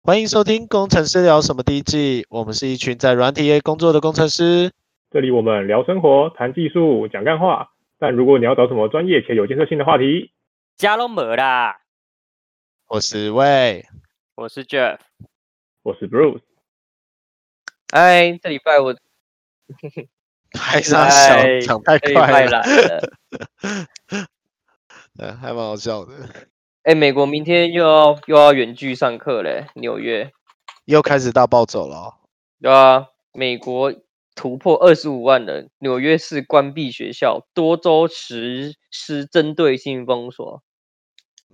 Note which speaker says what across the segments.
Speaker 1: 欢迎收听《工程师聊什么》第一季，我们是一群在软体业工作的工程师。
Speaker 2: 这里我们聊生活、谈技术、讲干话。但如果你要找什么专业且有建设性的话题，
Speaker 3: 家都没啦。
Speaker 1: 我是魏，
Speaker 3: 我是 Jeff。
Speaker 2: 我是 Bruce。
Speaker 3: 哎，这礼拜我
Speaker 1: 还是要想
Speaker 3: 哎
Speaker 1: 讲太
Speaker 3: 这礼拜
Speaker 1: 快
Speaker 3: 来
Speaker 1: 了，
Speaker 3: 了。
Speaker 1: 呃，还蛮好笑的。
Speaker 3: 哎，美国明天又要又要远距上课嘞，纽约。
Speaker 1: 又开始大暴走了哦、
Speaker 3: 对啊，美国突破二十五万人，纽约市关闭学校，多州实施针对性封锁。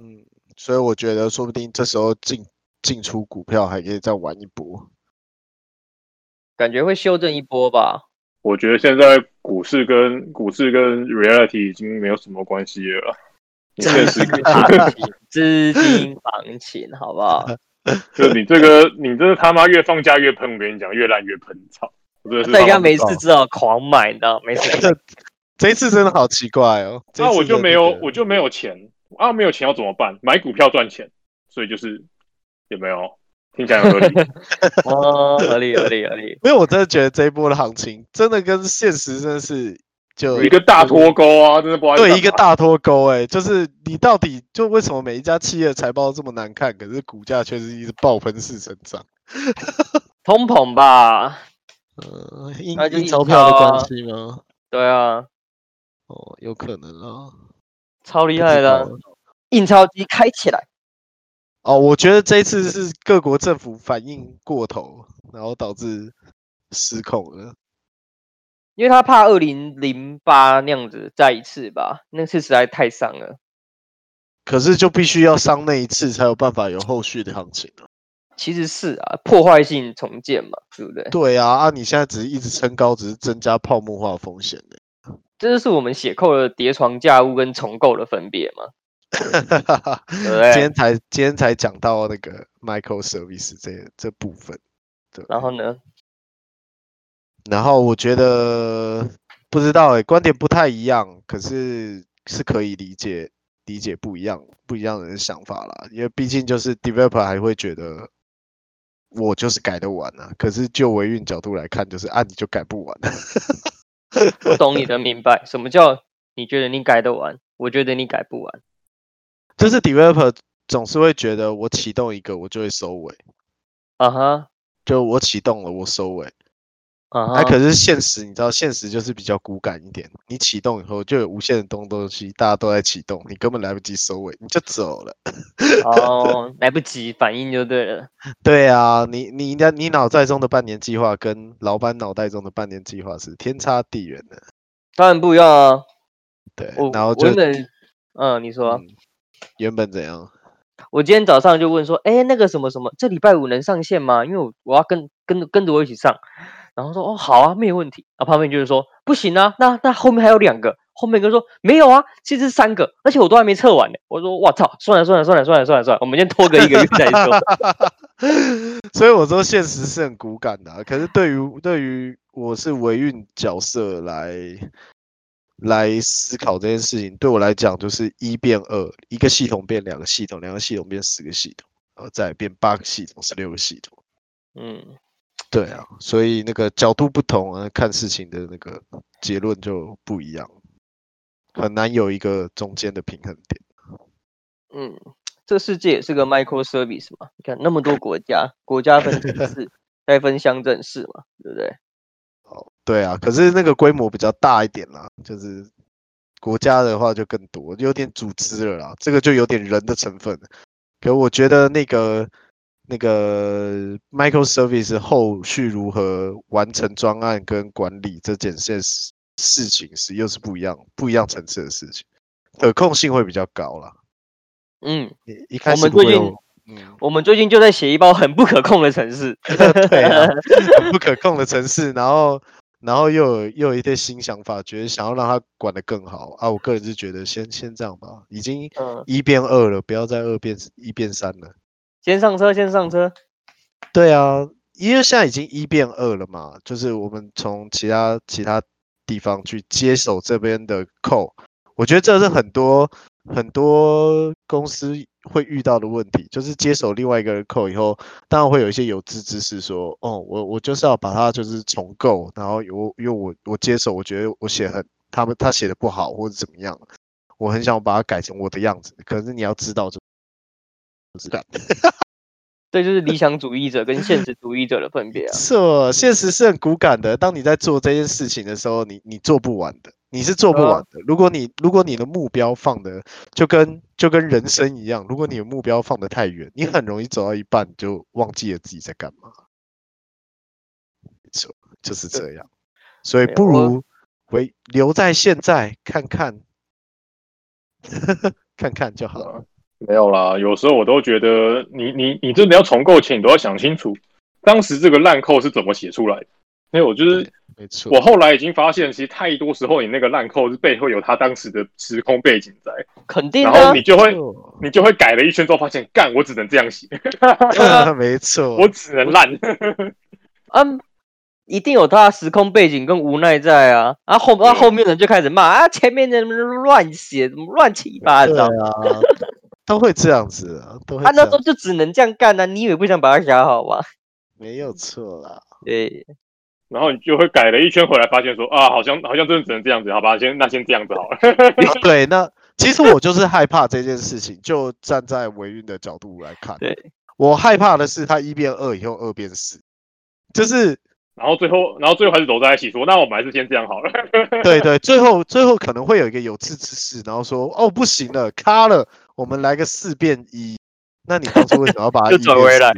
Speaker 1: 嗯，所以我觉得说不定这时候进进出股票还可以再玩一波。
Speaker 3: 感觉会修正一波吧？
Speaker 4: 我觉得现在股市跟股市跟 reality 已经没有什么关系了，你现实
Speaker 3: 行情，资金行情，好不好？
Speaker 4: 就是你这个你这他妈越放假越喷，我跟你讲越烂越喷，操！我真的是啊
Speaker 3: 在家
Speaker 4: 他妈
Speaker 3: 没事只好狂买，你知道吗没事。
Speaker 1: 这一次真的好奇怪哦，这一
Speaker 4: 那
Speaker 1: 次
Speaker 4: 我就
Speaker 1: 的
Speaker 4: 没
Speaker 1: 那
Speaker 4: 有
Speaker 1: 个
Speaker 4: 我就没有钱啊，没有钱要怎么办？买股票赚钱，所以就是有没有听起来很合理？
Speaker 3: 哦，合理合理合理。
Speaker 1: 因为我真的觉得这一波的行情真的跟现实真的是就
Speaker 4: 一个大脱钩啊，真的不知道在干
Speaker 1: 对
Speaker 4: 嘛
Speaker 1: 一个大脱钩，哎，就是你到底就为什么每一家企业财报这么难看，可是股价却是一直爆喷式成长？
Speaker 3: 通膨吧，
Speaker 1: 呃，印
Speaker 3: 那就
Speaker 1: 印
Speaker 3: 印
Speaker 1: 钞票的
Speaker 3: 钞
Speaker 1: 关
Speaker 3: 啊
Speaker 1: 系吗？
Speaker 3: 对啊，
Speaker 1: 哦，有可能啊，
Speaker 3: 超
Speaker 1: 不
Speaker 3: 厉
Speaker 1: 知
Speaker 3: 害的啊、
Speaker 1: 道
Speaker 3: 印钞机开起来。
Speaker 1: 哦，我觉得这一次是各国政府反应过头，然后导致失控了。
Speaker 3: 因为他怕二零零八那样子再一次吧，那次实在太伤了。
Speaker 1: 可是就必须要伤那一次，才有办法有后续的行情啊。
Speaker 3: 其实是啊，破坏性重建嘛，对不对？
Speaker 1: 对啊，啊，你现在只是一直撑高，只是增加泡沫化的风险呢。
Speaker 3: 这就是我们写扣的叠床架屋跟重构的分别 嘛。
Speaker 1: 欸
Speaker 3: 哎
Speaker 1: 今天才今天才讲到那个 micro service 这这部分，对。
Speaker 3: 然后呢，
Speaker 1: 然后我觉得不知道哎、观点不太一样，可是是可以理解理解不一样不一样的人的想法啦。因为毕竟就是 developer 还会觉得我就是改得完啊，可是就维运角度来看，就是啊你就改不完。
Speaker 3: 我懂你的明白， 什么叫你觉得你改得完，我觉得你改不完。
Speaker 1: 就是 developer 总是会觉得我启动一个我就会收尾，
Speaker 3: 啊哈，
Speaker 1: 就我启动了我收尾。
Speaker 3: 啊
Speaker 1: 那、
Speaker 3: 哈，
Speaker 1: 可是现实，你知道现实就是比较骨感一点，你启动以后就有无限的东东西，大家都在启动，你根本来不及收尾，你就走了。
Speaker 3: 哦，来不及反应就对了。
Speaker 1: 对啊，你你的你脑袋中的半年计划跟老板脑袋中的半年计划是天差地远的，
Speaker 3: 当然不一样啊，
Speaker 1: 对
Speaker 3: 我。
Speaker 1: 然后
Speaker 3: 我
Speaker 1: 就
Speaker 3: 原本，嗯，你说啊、
Speaker 1: 嗯原本怎样？
Speaker 3: 我今天早上就问说，哎，那个什么什么，这礼拜五能上线吗？因为我我要跟跟跟着我一起上，然后说哦好啊，没有问题。然后旁边就是说不行啊，那那后面还有两个，后面一个说没有啊，其实是三个，而且我都还没测完呢。我说我操，算了算了算了算了算了算了，我们先拖个一个月再说。
Speaker 1: 所以我说现实是很骨感的啊、可是对于对于我是维运角色来来思考这件事情，对我来讲就是一变二，一个系统变两个系统，两个系统变十个系统，然后再变八个系统，十六个系统。
Speaker 3: 嗯，
Speaker 1: 对啊，所以那个角度不同啊，看事情的那个结论就不一样，很难有一个中间的平衡点。
Speaker 3: 嗯，这世界也是个 micro service 嘛，你看那么多国家，国家分城市，再分乡镇市嘛，对不对？
Speaker 1: 哦，对啊，可是那个规模比较大一点啦，就是国家的话就更多，有点组织了啦，这个就有点人的成分了。可我觉得那个那个 microservice 后续如何完成专案跟管理这件事事情是又是不一样不一样层次的事情，可控性会比较高啦。
Speaker 3: 嗯，
Speaker 1: 一一开
Speaker 3: 我
Speaker 1: 始
Speaker 3: 们
Speaker 1: 不
Speaker 3: 最
Speaker 1: 会
Speaker 3: 近
Speaker 1: 有嗯，
Speaker 3: 我们最近就在写一包很不可控的城市。
Speaker 1: 对啊，很不可控的城市，然后然后又有又有一些新想法，觉得想要让它管得更好啊。我个人是觉得先先这样吧，已经
Speaker 3: 嗯，
Speaker 1: 一变二了，不要再二变一变三了。
Speaker 3: 先上车，先上车。
Speaker 1: 对啊，因为现在已经一变二了嘛，就是我们从其他其他地方去接手这边的扣，我觉得这是很多很多公司会遇到的问题，就是接手另外一个人扣以后，当然会有一些有志之士说，哦，我我就是要把它就是重构，然后我因为我我接手，我觉得我写很他们他写的不好或者怎么样，我很想把它改成我的样子。可是你要知道，就是干
Speaker 3: 这就是理想主义者跟现实主义者的分别 啊。
Speaker 1: 错，哦现实是很骨感的。当你在做这件事情的时候，你你做不完的，你是做不
Speaker 3: 对啊
Speaker 1: 完的。如果你如果你的目标放的就跟就跟人生一样，如果你的目标放得太远，你很容易走到一半你就忘记了自己在干嘛。没错，就是这样。所以
Speaker 3: 对
Speaker 1: 不
Speaker 3: 我
Speaker 1: 如为留在现在看看， 看看就好了。
Speaker 4: 没有啦，有时候我都觉得你你你真的要重构前，你都要想清楚，当时这个烂扣是怎么写出来的。因为我就是
Speaker 1: 没错，
Speaker 4: 我后来已经发现，其实太多时候你那个烂扣是背后有他当时的时空背景在，
Speaker 3: 肯定
Speaker 4: 然
Speaker 3: 的啊
Speaker 4: 后你就会
Speaker 1: 错
Speaker 4: 你就会改了一圈之后发现，干我只能这样写，
Speaker 1: 没错，
Speaker 4: 我只能烂。
Speaker 3: 啊，一定有他的时空背景跟无奈在啊。啊后啊
Speaker 4: 对
Speaker 3: 后面人就开始骂啊，前面的人乱写，怎么乱七八
Speaker 1: 对
Speaker 3: 糟。
Speaker 1: 啊， 都会这样子啊，都会
Speaker 3: 啊，
Speaker 1: 这
Speaker 3: 那
Speaker 1: 样
Speaker 3: 时候就只能这样干啊，你以为不想把它写好吗？
Speaker 1: 没有错啦。
Speaker 3: 对，
Speaker 4: 然后你就会改了一圈回来，发现说啊，好像好像真的只能这样子，好吧，先那先这样子好了。
Speaker 1: 啊对，那其实我就是害怕这件事情。就站在维运的角度来看，
Speaker 3: 对
Speaker 1: 我害怕的是他一变二以后二变四， 就是
Speaker 4: 然后最后，然后最后还是揉在一起说，那我们还是先这样好了。
Speaker 1: 对对，最后最后可能会有一个有志之士，然后说哦不行了，卡了，我们来个四变一。那你当初为什么要把它
Speaker 3: 就
Speaker 1: 一
Speaker 3: 转
Speaker 1: 变
Speaker 3: 回
Speaker 1: 四
Speaker 3: 来？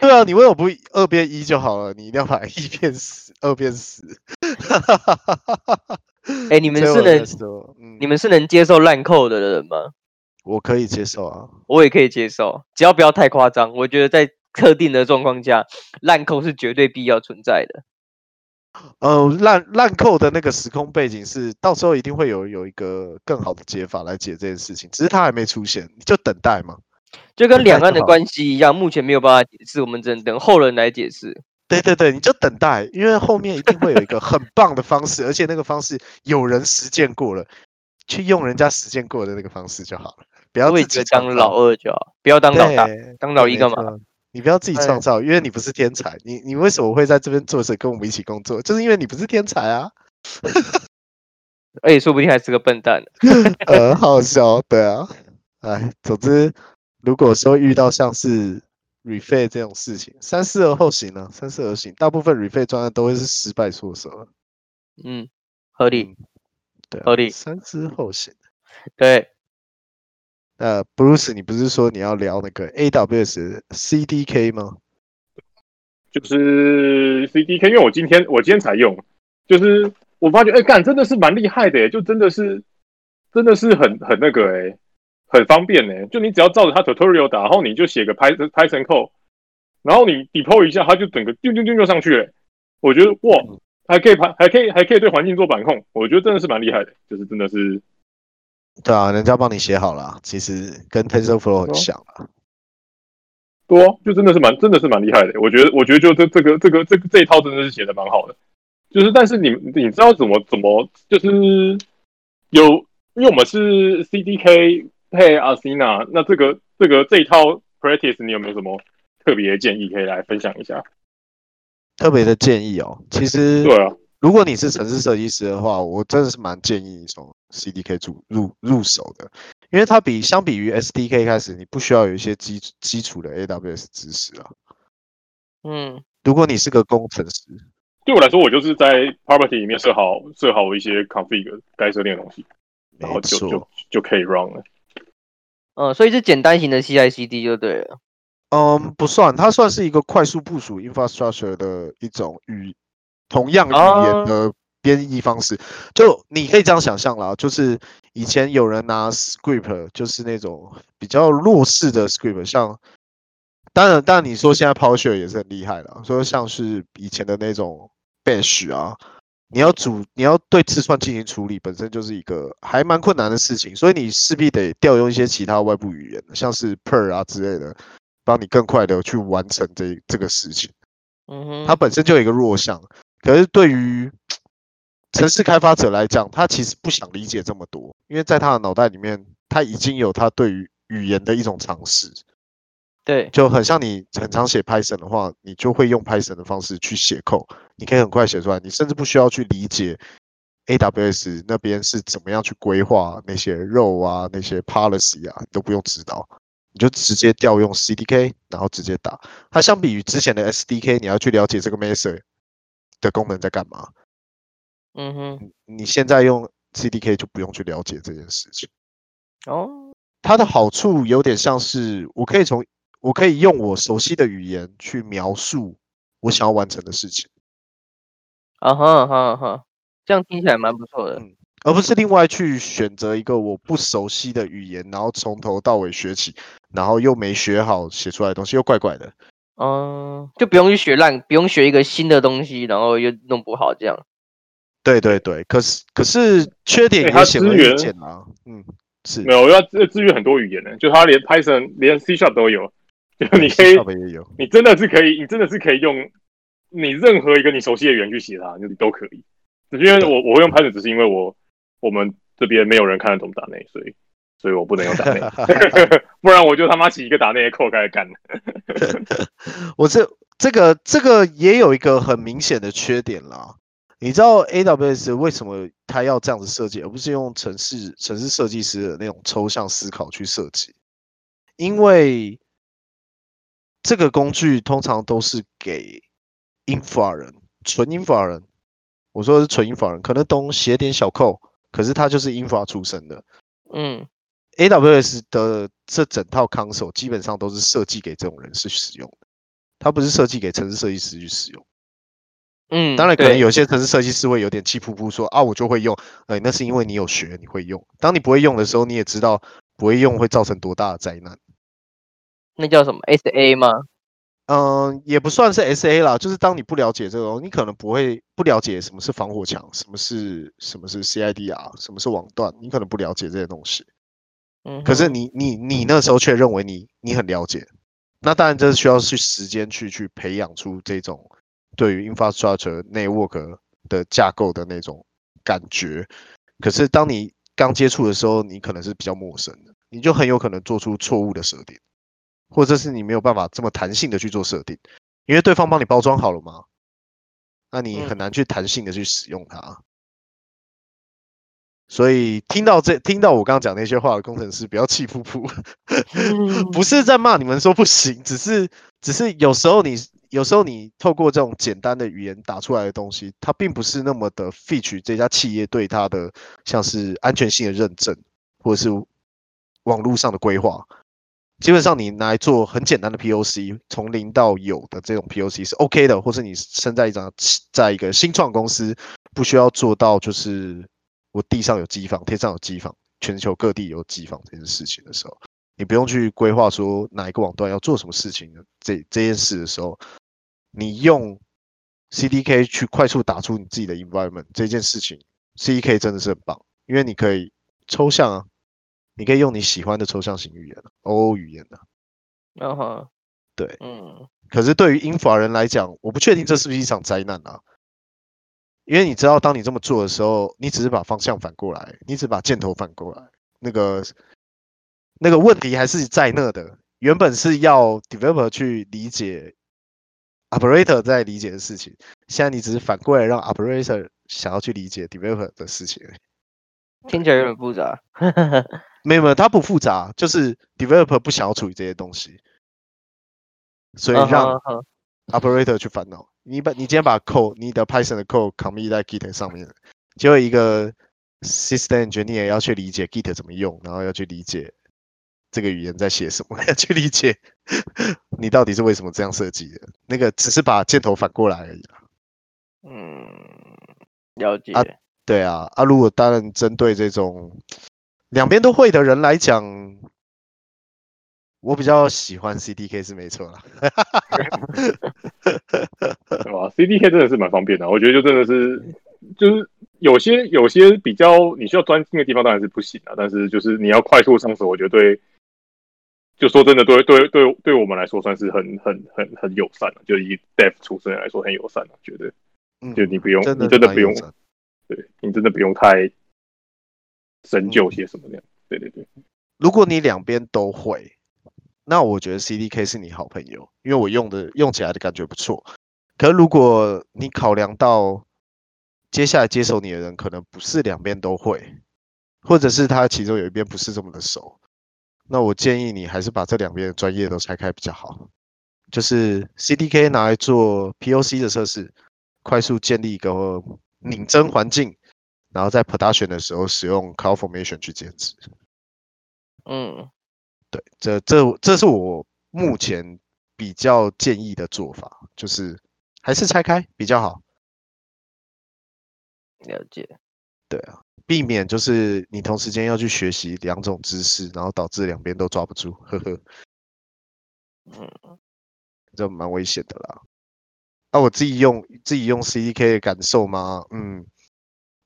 Speaker 1: 对啊，你为什么不二变一就好了？你一定要把一变四、二变四。
Speaker 3: 哎，你们
Speaker 1: 嗯所以
Speaker 3: 是
Speaker 1: 我在
Speaker 3: 能
Speaker 1: 说嗯
Speaker 3: 你们是能接受烂扣的人吗？
Speaker 1: 我可以接受啊，
Speaker 3: 我也可以接受，只要不要太夸张。我觉得在特定的状况下，烂扣是绝对必要存在的。
Speaker 1: 呃，烂烂扣的那个时空背景是，到时候一定会有有一个更好的解法来解这件事情，只是它还没出现，你就等待嘛。
Speaker 3: 就跟
Speaker 1: 那
Speaker 3: 两
Speaker 1: 太
Speaker 3: 岸的
Speaker 1: 好了
Speaker 3: 关系一样，目前没有办法解释，我们只能等后人来解释。
Speaker 1: 对对对，你就等待，因为后面一定会有一个很棒的方式，而且那个方式有人实践过了，去用人家实践过的那个方式就好了，不要
Speaker 3: 我
Speaker 1: 自
Speaker 3: 也
Speaker 1: 己
Speaker 3: 觉得当
Speaker 1: 创
Speaker 3: 老
Speaker 1: 造
Speaker 3: 二就好，不要当老大，
Speaker 1: 对
Speaker 3: 当老
Speaker 1: 对
Speaker 3: 一
Speaker 1: 没
Speaker 3: 干嘛？
Speaker 1: 错你不要自己
Speaker 3: 哎
Speaker 1: 创造，因为你不是天才。你你为什么会在这边做事，跟我们一起工作，就是因为你不是天才啊。
Speaker 3: 而且说不定还是个笨蛋。
Speaker 1: 很好笑，对啊，哎，总之，如果说遇到像是 refi 这种事情，三思而后行呢、三思而行，大部分 refi 专案都会是失败措手啊，
Speaker 3: 嗯，合理
Speaker 1: 嗯，对、啊，
Speaker 3: 合理
Speaker 1: 三思后行。
Speaker 3: 对，
Speaker 1: 那 Bruce，你不是说你要聊那个 AWS CDK 吗？
Speaker 4: 就是 CDK，因为我今天我今天才用，就是我发觉，哎、干真的是蛮厉害的耶，就真的是真的是很很那个哎，很方便哎，就你只要照着它 tutorial 打，然后你就写个 Python Python code，然后你 deploy 一下，它就整个丢丢丢就上去了。我觉得哇，还可以盘，还可以还可以对环境做管控，我觉得真的是蛮厉害的，就是真的是
Speaker 1: 对啊，人家帮你写好了啊，其实跟 TensorFlow 很
Speaker 4: 哦
Speaker 1: 像啊。
Speaker 4: 多、就真的是蛮真的是蛮厉害的。我觉得我觉得就这这个这个这个这一套真的是写的蛮好的，就是但是你你知道怎么怎么就是有，因为我们是 CDK 配 Asina，那这个这个这一套 practice 你有没有什么特别的建议可以来分享一下？
Speaker 1: 特别的建议哦，其实
Speaker 4: 对啊，
Speaker 1: 如果你是城市设计师的话，我真的是蛮建议你从 CDK 入入入手的，因为它比相比于 SDK 开始，你不需要有一些基基础的 AWS 知识啊。
Speaker 3: 嗯，
Speaker 1: 如果你是个工程师，
Speaker 4: 对我来说，我就是在 property 里面设好设好一些 config 该设定的东西，然后
Speaker 1: 没
Speaker 4: 就就
Speaker 1: 错，
Speaker 4: 就可以 run 了。
Speaker 3: 呃，所以是简单型的 CICD 就对了。
Speaker 1: 嗯，不算，它算是一个快速部署 infrastructure 的一种语，同样语
Speaker 3: 啊
Speaker 1: 言的编译方式。就你可以这样想象啦，就是以前有人拿 script，就是那种比较弱势的 script，像当然，当然你说现在 PowerShell 也是很厉害了，说像是以前的那种 Bash 啊，你要组，你要对字串进行处理，本身就是一个还蛮困难的事情，所以你势必得调用一些其他外部语言，像是 Perl 啊之类的，帮你更快的去完成这这个事情。
Speaker 3: 嗯哼，
Speaker 1: 它本身就有一个弱项，可是对于城市开发者来讲，他其实不想理解这么多，因为在他的脑袋里面，他已经有他对于语言的一种尝试，
Speaker 3: 对，
Speaker 1: 就很像你很常写 Python 的话，你就会用 Python 的方式去写 code，你可以很快写出来，你甚至不需要去理解 AWS 那边是怎么样去规划那些 role 啊、那些 policy 啊，你都不用知道，你就直接调用 CDK，然后直接打。它相比于之前的 SDK，你要去了解这个 method 的功能在干嘛，
Speaker 3: 嗯哼，
Speaker 1: 你现在用 CDK 就不用去了解这件事情。
Speaker 3: 哦，
Speaker 1: 它的好处有点像是我可以从我可以用我熟悉的语言去描述我想要完成的事情，
Speaker 3: 啊哈啊哈啊哈，这样听起来蛮不错的
Speaker 1: 嗯。而不是另外去选择一个我不熟悉的语言，然后从头到尾学起，然后又没学好，写出来的东西又怪怪的。
Speaker 3: 嗯，就不用去学烂，不用学一个新的东西，然后又弄不好这样。
Speaker 1: 对对对，可是可是缺点
Speaker 4: 哎它
Speaker 1: 也显而
Speaker 4: 资
Speaker 1: 易
Speaker 4: 源
Speaker 1: 见啊。嗯，是
Speaker 4: 没，有，要自自愈很多语言呢，就它连 Python 连 C Sharp 都有，就你可以
Speaker 1: 上面也有。
Speaker 4: 你真的是可以，你真的是可以用你任何一个你熟悉的语言去写它，你都可以。只是因为我我会用 Python，只是因为我我们这边没有人看得懂打内，所以所以我不能用打内， 不然我就他妈起一个打内的扣开始干。
Speaker 1: 我这这个这个也有一个很明显的缺点啦。你知道 AWS 为什么它要这样子设计，而不是用城市城市设计师的那种抽象思考去设计？因为这个工具通常都是给 infra 人，纯 infra 人。我说的是纯 infra 人，可能懂写点小扣，可是他就是 infra 出身的。
Speaker 3: 嗯
Speaker 1: AWS 的这整套 console 基本上都是设计给这种人去使用的，它不是设计给城市设计师去使用。
Speaker 3: 嗯，
Speaker 1: 当然，可能
Speaker 3: 对
Speaker 1: 有些城市设计师会有点气噗噗说啊，我就会用，呃，那是因为你有学，你会用。当你不会用的时候，你也知道不会用会造成多大的灾难。
Speaker 3: 那叫什么 S A 吗？
Speaker 1: 嗯，也不算是 SA 啦，就是当你不了解这个东西，你可能不会不了解什么是防火墙，什么是什么是 CIDR，什么是网段，你可能不了解这些东西。
Speaker 3: 嗯哼，
Speaker 1: 可是你你你那时候却认为你你很了解，那当然这是需要去时间去去培养出这种对于 infrastructure network 的架构的那种感觉。可是当你刚接触的时候，你可能是比较陌生的，你就很有可能做出错误的设定，或者是你没有办法这么弹性的去做设定，因为对方帮你包装好了嘛，那你
Speaker 3: 嗯
Speaker 1: 很难去弹性的去使用它。所以听到这听到我刚刚讲那些话的工程师，不要气噗噗，
Speaker 3: 嗯
Speaker 1: 不是在骂你们说不行，只是只是有时候你有时候你透过这种简单的语言打出来的东西，它并不是那么的 feature 这家企业对它的像是安全性的认证，或者是网络上的规划。基本上你拿来做很简单的 POC，从零到有的这种 POC 是 OK 的，或是你身在一张在一个新创公司，不需要做到就是我地上有机房，天上有机房，全球各地有机房这件事情的时候，你不用去规划说哪一个网段要做什么事情的这这件事的时候，你用 CDK 去快速打出你自己的 environment 这件事情，CDK 真的是很棒，因为你可以抽象啊，你可以用你喜欢的抽象型语言、OO 语言的、啊
Speaker 3: 嗯哼，
Speaker 1: 对，
Speaker 3: 嗯
Speaker 1: 可是对于英法人来讲，我不确定这是不是一场灾难啊，因为你知道，当你这么做的时候，你只是把方向反过来，你只把箭头反过来，那个那个问题还是在那的。原本是要 developer 去理解 operator 在理解的事情，现在你只是反过来让 operator 想要去理解 developer 的事情而已。
Speaker 3: 听起来有点复杂。
Speaker 1: 没有没有，它不复杂，就是 developer 不想要处理这些东西，所以
Speaker 3: 嗯哼
Speaker 1: 让
Speaker 3: 嗯哼
Speaker 1: operator 去烦恼。你把你今天把 code 你的 Python 的 code commit 在 Git 上面，结果一个 system engineer 要去理解 Git 怎么用，然后要去理解这个语言在写什么， 要去理解你到底是为什么这样设计的。那个只是把箭头反过来而已啦。
Speaker 3: 嗯，了解。
Speaker 1: 对啊，啊，如果当然针对这种两边都会的人来讲，我比较喜欢 CDK 是没错啦。
Speaker 4: 对吧？CDK 真的是蛮方便的，啊我觉得就真的是，就是有些有些比较你需要专心的地方当然是不行啊，但是就是你要快速上手，我觉得对，就说真的，对对对，对我们来说算是很很很很友善了、就以 Dev 出身来说很友善了、觉得
Speaker 1: 嗯，
Speaker 4: 就你不用，
Speaker 1: 真的
Speaker 4: 你真的
Speaker 1: 蛮
Speaker 4: 不
Speaker 1: 友
Speaker 4: 用，
Speaker 1: 善嗯
Speaker 4: 对你真的不用太深究些什么那样。对对对，
Speaker 1: 如果你两边都会，那我觉得 CDK 是你好朋友，因为我用的用起来的感觉不错。可如果你考量到接下来接手你的人可能不是两边都会，或者是他其中有一边不是这么的熟，那我建议你还是把这两边的专业都拆开比较好。就是 CDK 拿来做 POC 的测试，快速建立一个拧针环境，然后在 production 的时候使用 Cloud Formation 去建制。
Speaker 3: 嗯，
Speaker 1: 对，这这这是我目前比较建议的做法，就是还是拆开比较好，
Speaker 3: 了解。
Speaker 1: 避免就是你同时间要去学习两种知识，然后导致两边都抓不住，呵呵，
Speaker 3: 嗯，
Speaker 1: 这蛮危险的啦。那、我自己用自己用 CDK 的感受吗？嗯，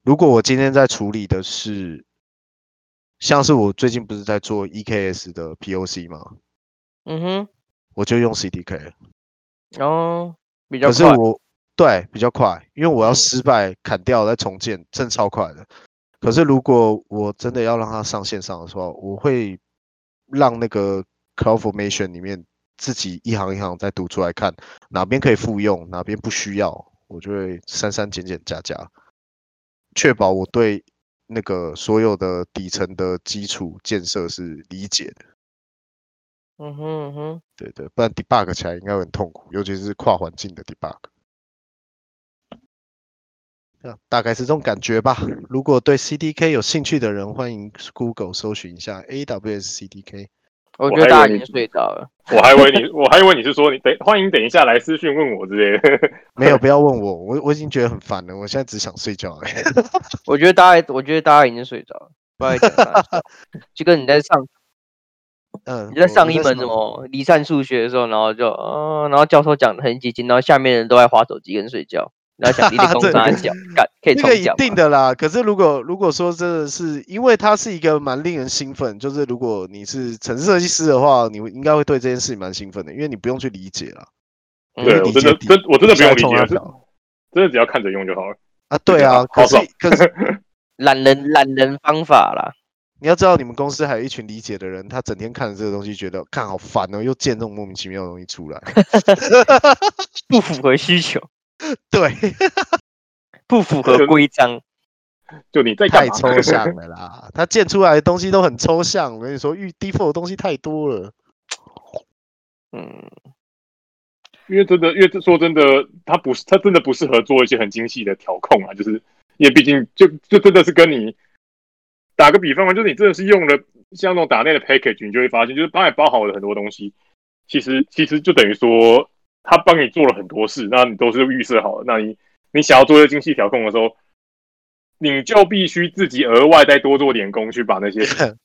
Speaker 1: 如果我今天在处理的是，像是我最近不是在做 EKS 的 POC 吗？
Speaker 3: 嗯哼，
Speaker 1: 我就用 CDK 了。
Speaker 3: 然后比较
Speaker 1: 可是
Speaker 3: 快。
Speaker 1: 我对比较快，因为我要
Speaker 3: 嗯
Speaker 1: 失败砍掉再重建，真超快的。可是如果我真的要让它上线上的话，我会让那个 Cloud Formation 里面自己一行一行再读出来看，哪边可以复用，哪边不需要，我就会删删减减加加，确保我对那个所有的底层的基础建设是理解的。
Speaker 3: 嗯哼嗯哼，
Speaker 1: 对对，不然 debug 起来应该会很痛苦，尤其是跨环境的 debug。啊，大概是这种感觉吧。如果对 CDK 有兴趣的人，欢迎 Google 搜寻一下 AWS CDK。
Speaker 3: 我
Speaker 4: 我
Speaker 3: 觉得
Speaker 4: 还以为
Speaker 3: 大家已
Speaker 4: 你
Speaker 3: 经睡着了。
Speaker 4: 我还以为你，我还以为你是说你等欢迎等一下来私讯问我之类的。
Speaker 1: 没有，不要问我，我我已经觉得很烦了，我现在只想睡觉、 欸。
Speaker 3: 我觉得大家，我觉得大家已经睡着了，不然讲啥就跟你在上
Speaker 1: 嗯，
Speaker 3: 你在
Speaker 1: 我
Speaker 3: 上
Speaker 1: 我
Speaker 3: 一门什
Speaker 1: 想
Speaker 3: 么离散数学的时候，然后就嗯、呃然后教授讲的很激进，然后下面的人都在划手机跟睡觉，然后想你 在公
Speaker 1: 这
Speaker 3: 啥讲，干可以
Speaker 1: 这个
Speaker 3: 重
Speaker 1: 一
Speaker 3: 讲
Speaker 1: 定
Speaker 3: 吗。
Speaker 1: 的啦。可是如果如果说真的是，因为它是一个蛮令人兴奋，就是如果你是城市设计师的话，你会应该会对这件事情蛮兴奋的，因为你不用去理解啦。
Speaker 3: 嗯
Speaker 4: 对
Speaker 1: 理
Speaker 4: 我真的
Speaker 1: 解
Speaker 4: 真我真的不用理
Speaker 1: 冲
Speaker 4: 解
Speaker 1: 啊
Speaker 4: 是真的只要看着用就好了。
Speaker 1: 啊，对啊，可
Speaker 4: 好
Speaker 1: 是
Speaker 4: 爽
Speaker 1: 可是
Speaker 3: 懒人懒人方法啦，
Speaker 1: 你要知道，你们公司还有一群理解的人，他整天看着这个东西，觉得看好烦哦，又见这种莫名其妙的东西出来。
Speaker 3: 不符合需求，
Speaker 1: 对，
Speaker 3: 不符合
Speaker 4: 就
Speaker 3: 规章。
Speaker 4: 就你在干
Speaker 1: 太
Speaker 4: 嘛？
Speaker 1: 抽象了啦，他建出来的东西都很抽象。我跟你说，预 default 的东西太多了。
Speaker 3: 嗯，
Speaker 4: 因为真的，因为这说真的，它不是，它真的不适合做一些很精细的调控啊，就是因为毕竟就就真的是跟你打个比方嘛，就是你真的是用了像那种打内的 package，你就会发现，就是帮你包好了很多东西，其实其实就等于说他帮你做了很多事，那你都是预设好了，那你你想要做一些精细调控的时候，你就必须自己额外再多做点工去把 那些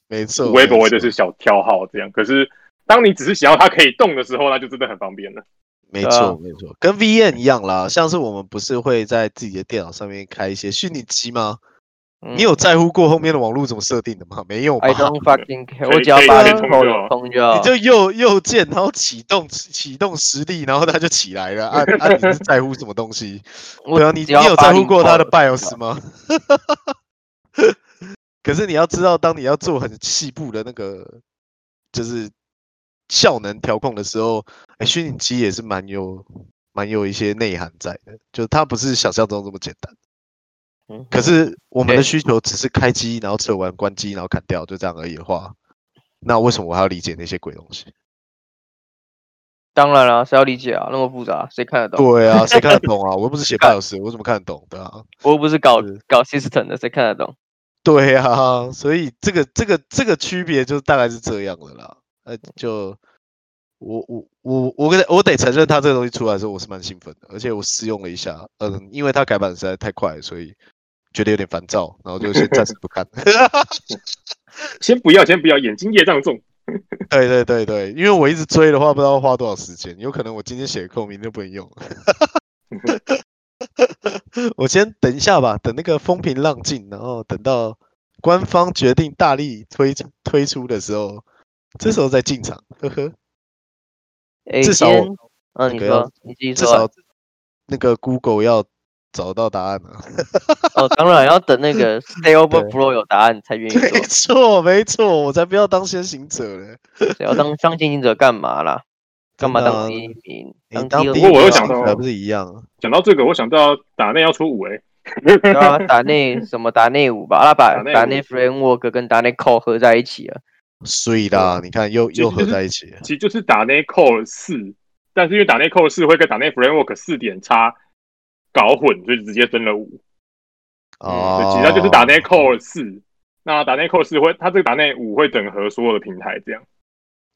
Speaker 1: 没错，
Speaker 4: 微
Speaker 1: 没
Speaker 4: 博就
Speaker 1: 错
Speaker 4: 是小挑号这样，可是。当你只是想要它可以动的时候，那就真的很方便了。
Speaker 1: 没
Speaker 3: 对啊
Speaker 1: 错，没错，跟 VN 一样啦。像是我们不是会在自己的电脑上面开一些虚拟机吗？
Speaker 3: 嗯
Speaker 1: 你有在乎过后面的网络怎么设定的吗？没有吧？
Speaker 3: I don't fucking care，
Speaker 4: 可以
Speaker 3: 我只要
Speaker 4: 可以
Speaker 3: 把
Speaker 4: 可以
Speaker 3: 人
Speaker 4: 通
Speaker 3: 口
Speaker 4: 就好
Speaker 3: 通就好
Speaker 1: 你就右右键，然后启动启动实力，然后它就起来了。啊啊！你是在乎什么东西？
Speaker 3: 我
Speaker 1: 对啊，你
Speaker 3: 只
Speaker 1: 你
Speaker 3: 要
Speaker 1: 有
Speaker 3: 把
Speaker 1: 在乎
Speaker 3: 你
Speaker 1: 过
Speaker 3: 扣
Speaker 1: 他的
Speaker 3: 了
Speaker 1: BIOS 吗？ 可是你要知道，当你要做很细部的那个就是效能调控的时候，哎，虚拟机也是蛮有蛮有一些内涵在的，就是它不是想象中这么简单。
Speaker 3: 嗯
Speaker 1: 可
Speaker 3: 哼
Speaker 1: 是我们
Speaker 3: 对
Speaker 1: 的需求只是开机，然后测完关机，然后砍掉，就这样而已的话，那为什么我还要理解那些鬼东西？
Speaker 3: 当然了，谁要理解啊？那么复杂，谁看得懂？
Speaker 1: 对啊，谁看得懂 啊？我又不是写 BIOS，我怎么看得懂？对啊。
Speaker 3: 我又不是搞
Speaker 1: 是
Speaker 3: 搞 system 的，谁看得懂？
Speaker 1: 对啊，所以这个这个这个区别就大概是这样的啦。呃，就我我我我跟我得承认，它这个东西出来的时候，我是蛮兴奋的，而且我试用了一下，嗯，因为它改版实在太快了，所以觉得有点烦躁，然后就先暂时不看。
Speaker 4: 先不要，先不要，眼睛业障重。
Speaker 1: 对对对对，因为我一直追的话，不知道要花多少时间，有可能我今天写扣，明天不能用。 我先等一下吧，等那个风平浪静，然后等到官方决定大力推推出的时候，这时候再进场。呵呵，
Speaker 3: 哎，
Speaker 1: 至少
Speaker 3: 今天嗯，
Speaker 1: 那
Speaker 3: 你
Speaker 1: 个要
Speaker 3: 说，你自己
Speaker 1: 至
Speaker 3: 说啊，
Speaker 1: 少那个 Google 要找到答案了、
Speaker 3: 哦，当然要等 那个 Stay Overflow 有答案才愿意
Speaker 1: 没
Speaker 3: 做，
Speaker 1: 错，没错，我才不要当先行者嘞。
Speaker 3: 谁要当当经营者干嘛啦？干嘛
Speaker 1: 真的啊
Speaker 3: 当第一名？
Speaker 1: 你
Speaker 3: 第
Speaker 1: 当
Speaker 3: 二
Speaker 1: 第
Speaker 4: 不
Speaker 1: 一
Speaker 4: 过我
Speaker 1: 名啊
Speaker 4: 又想到
Speaker 1: 还不是一样？啊
Speaker 4: 讲到这个，我想到打内要出五哎、
Speaker 3: 对啊，打内什么打内五 吧，他把
Speaker 4: 打内五
Speaker 3: 打内 framework 跟打内 call 合在一起了。
Speaker 1: 所以啦，你看又
Speaker 4: 就
Speaker 1: 又
Speaker 4: 是
Speaker 1: 合在一起了，
Speaker 4: 其实就是打内 call 四，但是因为打内 call 四会跟打内 framework 四点叉搞混，所以直接升了五。嗯对，
Speaker 1: 哦，
Speaker 4: 其实它就是打内 call 四。那打内 call 四会，它这个打内五会整合所有的平台这样。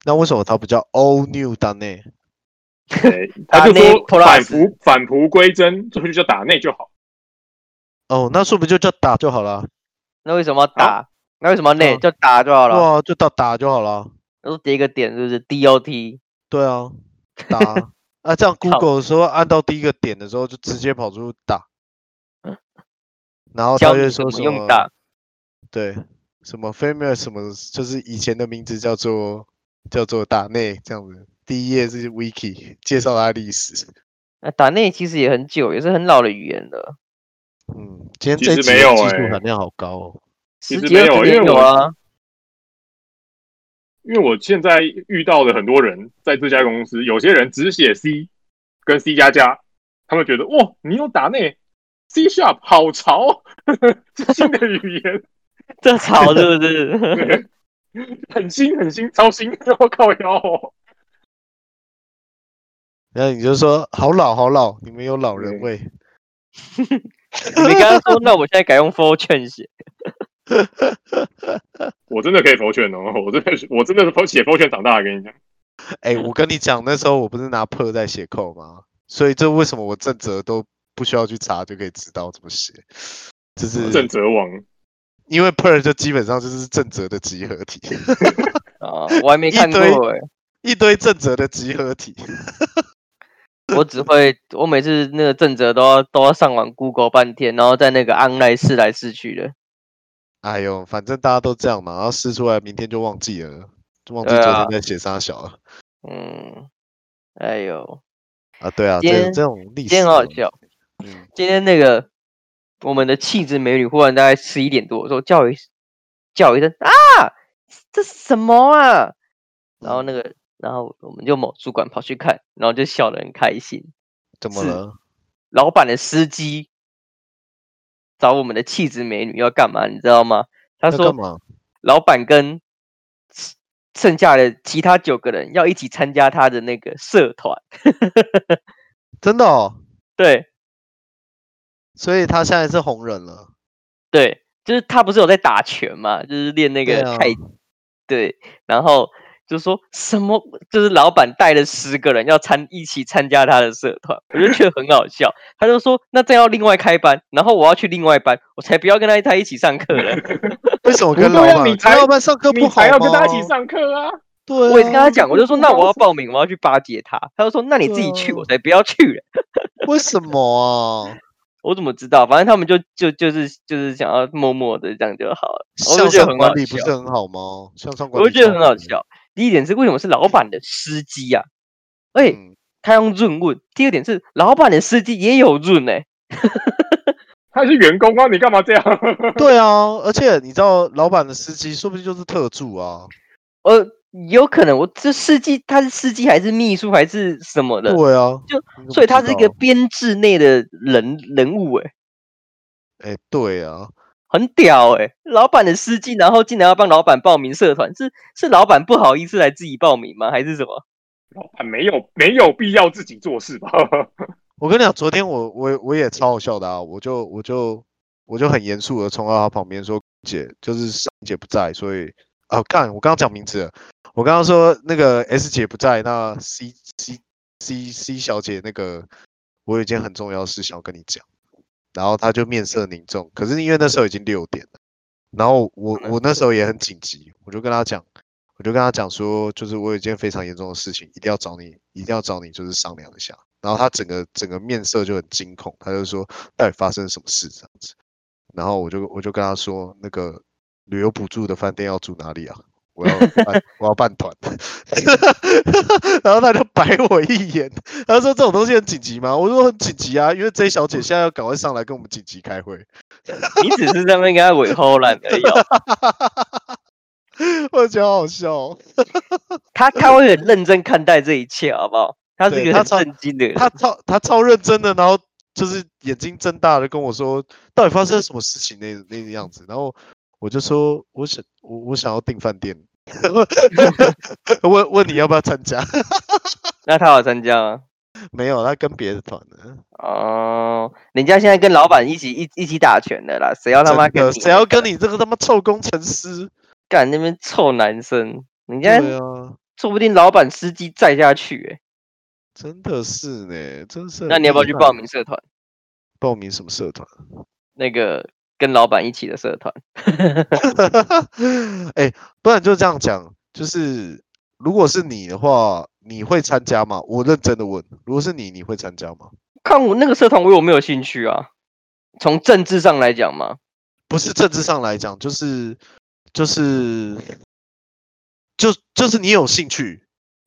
Speaker 1: 那为什么它不叫 All New 单内？
Speaker 4: 对，
Speaker 3: 打
Speaker 4: 他就
Speaker 3: 内
Speaker 4: 说
Speaker 3: plus
Speaker 4: 返璞返璞归真，最后就叫打内就好。
Speaker 1: 哦，那是不是就叫打就好了？
Speaker 3: 那为什么要
Speaker 1: 哦
Speaker 3: 打？那为什么要内就打就好了？
Speaker 1: 哇，就到打就好了。
Speaker 3: 然后叠一个点是不是 DOT？
Speaker 1: 对啊， 打啊啊，这样 Google 的时候按到第一个点的时候，就直接跑出打，然哦后他
Speaker 3: 教
Speaker 1: 就
Speaker 3: 你
Speaker 1: 会
Speaker 3: 怎
Speaker 1: 说
Speaker 3: 么
Speaker 1: 什
Speaker 3: 用
Speaker 1: 么
Speaker 3: 打？
Speaker 1: 对什么 Famous 什么，就是以前的名字叫做叫做打内这样子。第一页是 Wiki 介绍它的历史。
Speaker 3: 那打内其实也很久，也是很老的语言了，
Speaker 1: 嗯，今天
Speaker 4: 其
Speaker 1: 这
Speaker 4: 实
Speaker 1: 集
Speaker 4: 没
Speaker 1: 的
Speaker 4: 有
Speaker 1: 技
Speaker 4: 欸
Speaker 1: 术含量好高哦。
Speaker 4: 其
Speaker 3: 十
Speaker 4: 实
Speaker 3: 几
Speaker 4: 没
Speaker 3: 二
Speaker 4: 有
Speaker 3: 十
Speaker 4: 因为
Speaker 3: 年有
Speaker 4: 我
Speaker 3: 啊。
Speaker 4: 因为我现在遇到的很多人在这家公司，有些人只写 C 跟 C 加加，他们觉得哇，你有打内 C sharp 好潮，是新的语言，
Speaker 3: 这潮是不是？
Speaker 4: 很新很新，超新，我靠腰、哦。
Speaker 1: 然后你就说好老好老，你们有老人
Speaker 4: 对
Speaker 1: 味。
Speaker 3: 你刚刚说，那我现在改用 for change，
Speaker 4: 我真的可以佛拳哦，我真的是我真的是写佛拳长大的，跟你讲，
Speaker 1: 哎、我跟你讲，那时候我不是拿 per 在写扣吗？所以这为什么我正则都不需要去查就可以知道怎么写，就是
Speaker 4: 嗯正则王。
Speaker 1: 因为 per 就基本上就是正则的集合体，
Speaker 3: 啊，我还没
Speaker 1: 一
Speaker 3: 看过
Speaker 1: 堆
Speaker 3: 哎、
Speaker 1: 一堆正则的集合体。
Speaker 3: 我只会我每次那个正则都要都要上网 Google 半天，然后在那个 online 试来试去的。
Speaker 1: 哎呦，反正大家都这样嘛，然后试出来明天就忘记了，就忘记
Speaker 3: 对
Speaker 1: 昨
Speaker 3: 啊
Speaker 1: 天在写啥小了
Speaker 3: 嗯，哎呦，
Speaker 1: 啊。对啊，
Speaker 3: 今
Speaker 1: 这
Speaker 3: 天
Speaker 1: 这种历
Speaker 3: 今
Speaker 1: 史
Speaker 3: 天很好
Speaker 1: 的
Speaker 3: 笑。
Speaker 1: 嗯，
Speaker 3: 今天那个我们的气质美女忽然大概十一点多说叫我一叫我一声啊，这是什么啊？然后那个然后我们就某主管跑去看，然后就笑得很开心。
Speaker 1: 怎么
Speaker 3: 是
Speaker 1: 了？
Speaker 3: 老板的司机找我们的气质美女要干嘛？你知道吗？他
Speaker 1: 他
Speaker 3: 说
Speaker 1: 干嘛？
Speaker 3: 老板跟剩剩下的其他九个人要一起参加他的那个社团。
Speaker 1: 真的哦，
Speaker 3: 对
Speaker 1: 所以他现在是红人了。
Speaker 3: 对，就是他不是有在打拳嘛，就是练那
Speaker 1: 对
Speaker 3: 个
Speaker 1: 啊
Speaker 3: 太对，然后就说什么，就是老板带了十个人要参一起参加他的社团，我就觉得很好笑。他就说那这样要另外开班，然后我要去另外班，我才不要跟他他一起上课了。
Speaker 1: 啊为什么
Speaker 4: 不
Speaker 1: 跟
Speaker 4: 对
Speaker 1: 老
Speaker 4: 啊
Speaker 1: 板？
Speaker 4: 你
Speaker 1: 跟
Speaker 4: 才
Speaker 1: 老板上课
Speaker 4: 你
Speaker 1: 不好
Speaker 4: 才要跟
Speaker 1: 吗
Speaker 4: 他一起上课啊！
Speaker 1: 对、啊，
Speaker 3: 我也是跟他讲，我就 说
Speaker 4: 不
Speaker 3: 那
Speaker 4: 高
Speaker 3: 我要
Speaker 4: 兴
Speaker 3: 报名，我要去巴结他。他就说那你
Speaker 1: 啊
Speaker 3: 自己去，我才不要去了。
Speaker 1: 为什么啊？
Speaker 3: 我怎么知道？反正他们就就就是就是想要默默的这样就好了，我
Speaker 1: 向
Speaker 3: 就觉
Speaker 1: 上
Speaker 3: 得哦很
Speaker 1: 管
Speaker 3: 好
Speaker 1: 理不是
Speaker 3: 笑。
Speaker 1: 很好吗？向上管理，
Speaker 3: 我就觉得很好。笑。第一点是为什么是老板的司机啊？而且
Speaker 1: 嗯，
Speaker 3: 他用润问。第二点是老板的司机也有润哎、
Speaker 4: 他是员工啊，你干嘛这样？
Speaker 1: 对啊，而且你知道，老板的司机说不定就是特助啊。
Speaker 3: 呃，有可能我这司机他是司机还是秘书还是什么的，
Speaker 1: 对啊，
Speaker 3: 就
Speaker 1: 你怎么
Speaker 3: 所以他
Speaker 1: 知
Speaker 3: 是一个
Speaker 1: 道
Speaker 3: 编制内的人人物哎、
Speaker 1: 哎、对啊，
Speaker 3: 很屌哎、老板的司机，然后竟然要帮老板报名社团，是是老板不好意思来自己报名吗？还是什么？
Speaker 4: 老板没有没有必要自己做事吧？
Speaker 1: 我跟你讲，昨天我我我也超好笑的啊，我就我就我就很严肃的冲到他旁边说：“姐，就是上姐不在，所以啊，看我刚刚讲名字了，我刚刚说那个 S 姐不在，那 C C C C 小姐那个，我有一件很重要的事想要跟你讲。”然后他就面色凝重，可是因为那时候已经六点了，然后我我那时候也很紧急，我就跟他讲，我就跟他讲说，就是我有一件非常严重的事情，一定要找你，一定要找你，就是商量一下。然后他整个整个面色就很惊恐，他就说到底发生什么事这样子。然后我就我就跟他说，那个旅游补助的饭店要住哪里啊？我要办我要办团， 然后他就白我一眼，他说这种东西很紧急吗？我说很紧急啊，因为 J 小姐现在要赶快上来跟我们紧急开会。
Speaker 3: 你只是在那边跟他尾后烂而已、 哦。
Speaker 1: 我觉得好好笑、哦，
Speaker 3: 他他会很认真看待这一切，好不好？他是一
Speaker 1: 对
Speaker 3: 个
Speaker 1: 他
Speaker 3: 很
Speaker 1: 超
Speaker 3: 震惊的人。
Speaker 1: 他超他超认真的，然后就是眼睛睁大的跟我说，到底发生了什么事情那那个样子，然后我就说我想我我想要订饭店， 问问你要不要参加？
Speaker 3: 那他有参加吗？
Speaker 1: 没有，他跟别的团的，
Speaker 3: 哦，人家现在跟老板一起一一起打拳的啦，谁要他妈
Speaker 1: 真
Speaker 3: 跟
Speaker 1: 的
Speaker 3: 你？
Speaker 1: 谁要跟你这个他妈臭工程师？
Speaker 3: 干那边臭男生？人家
Speaker 1: 对啊，
Speaker 3: 说不定老板司机载下去、欸，
Speaker 1: 真的是呢，真是很厉害。
Speaker 3: 那你要不要去报名社团？
Speaker 1: 报名什么社团？
Speaker 3: 那个跟老板一起的社团？
Speaker 1: 哎、不然就这样讲，就是如果是你的话，你会参加吗？我认真的问，如果是你，你会参加吗？
Speaker 3: 看我那个社团，我有没有兴趣啊？从政治上来讲嘛，
Speaker 1: 不是政治上来讲，就是就是就就是你有兴趣，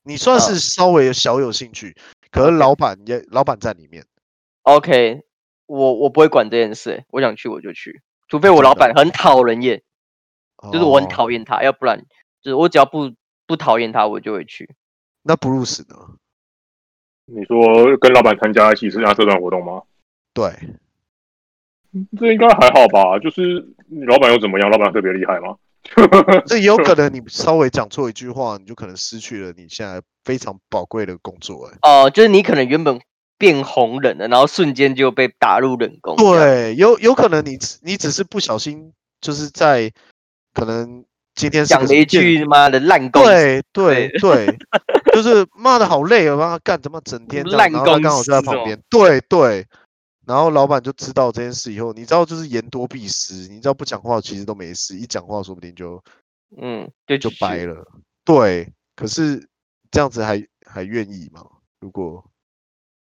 Speaker 1: 你算
Speaker 3: 啊
Speaker 1: 是稍微小有兴趣，可是老板也老板在里面，
Speaker 3: OK，我我不会管这件事、欸我想去我就去，除非我
Speaker 1: 真
Speaker 3: 老
Speaker 1: 的
Speaker 3: 板很讨人厌，就是我很
Speaker 1: 哦。
Speaker 3: 讨厌他，要不然就是我只要不不讨厌他，我就会去。
Speaker 1: 那布鲁斯呢？
Speaker 4: 你说跟老板参加一起参加社团活动吗？
Speaker 1: 对，
Speaker 4: 这应该还好吧？就是老板又怎么样？老板特别厉害吗？
Speaker 1: 这也有可能你稍微讲错一句话，你就可能失去了你现在非常宝贵的工作、哎，
Speaker 3: 哦、就是你可能原本变红人了，然后瞬间就被打入冷宫。，
Speaker 1: 对，有有可能你只你只是不小心，就是在可能今天是
Speaker 3: 讲
Speaker 1: 个
Speaker 3: 了
Speaker 1: 什么
Speaker 3: 一
Speaker 1: 电
Speaker 3: 句他妈的烂公司，
Speaker 1: 对对对，就是骂的好累啊，帮他干他妈整天这样
Speaker 3: 烂
Speaker 1: 然后他
Speaker 3: 公
Speaker 1: 刚好就在
Speaker 3: 司
Speaker 1: 旁
Speaker 3: 哦
Speaker 1: 边，对对，然后老板就知道这件事以后，你知道就是言多必失，你知道不讲话其实都没事，一讲话说不定就
Speaker 3: 嗯，就
Speaker 1: 就
Speaker 3: 去
Speaker 1: 掰了，对，可是这样子还还愿意吗？如果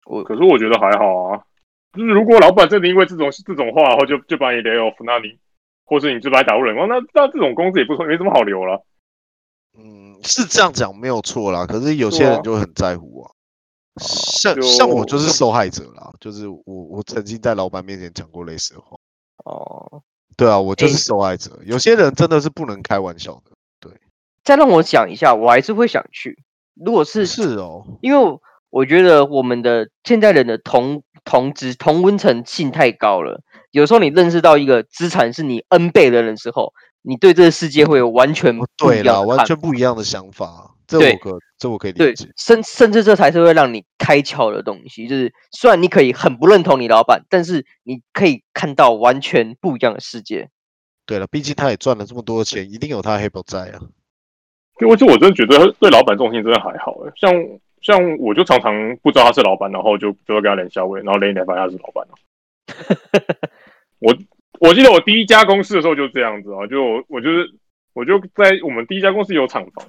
Speaker 3: 我
Speaker 4: 可是我觉得还好啊。就是如果老板真的因为这种这种话，然后就就把你 lay off，那你或是你就把你打入冷宫，那那这种公司也不没什么好留了。
Speaker 1: 嗯，是这样讲没有错啦，可是有
Speaker 4: 对
Speaker 1: 些
Speaker 4: 啊
Speaker 1: 人就很在乎啊。
Speaker 3: 哦
Speaker 1: 像像我
Speaker 4: 就
Speaker 1: 就是受害者啦，就是我我曾经在老板面前讲过类似的话，
Speaker 3: 哦，
Speaker 1: 对啊，我就
Speaker 3: 诶
Speaker 1: 是受害者。有些人真的是不能开玩笑的，
Speaker 3: 再让我想一下，我还是会想去。如果是嗯
Speaker 1: 是哦，
Speaker 3: 因为我我觉得我们的现代人的同同值同温层性太高了，有时候你认识到一个资产是你 N 倍的人之后，你对这个世界会有完全
Speaker 1: 哦
Speaker 3: 不一
Speaker 1: 对
Speaker 3: 样
Speaker 1: 啦，
Speaker 3: 的
Speaker 1: 完
Speaker 3: 看
Speaker 1: 全不一样的想法，啊这我
Speaker 3: 对
Speaker 1: 可这我可以理
Speaker 3: 对，
Speaker 1: 解。
Speaker 3: 甚甚至这才是会让你开窍的东西。就是虽然你可以很不认同你老板，但是你可以看到完全不一样的世界。
Speaker 1: 对了，毕竟他也赚了这么多钱，一定有他黑宝在 啊。
Speaker 4: 就而且我真的觉得对老板这种事情真的还好、欸，像像我就常常不知道他是老板，然后就就会跟他连下位，然后连一连发现他是老板、啊、我我记得我第一家公司的时候就这样子啊，就我我就是我就在我们第一家公司有厂房，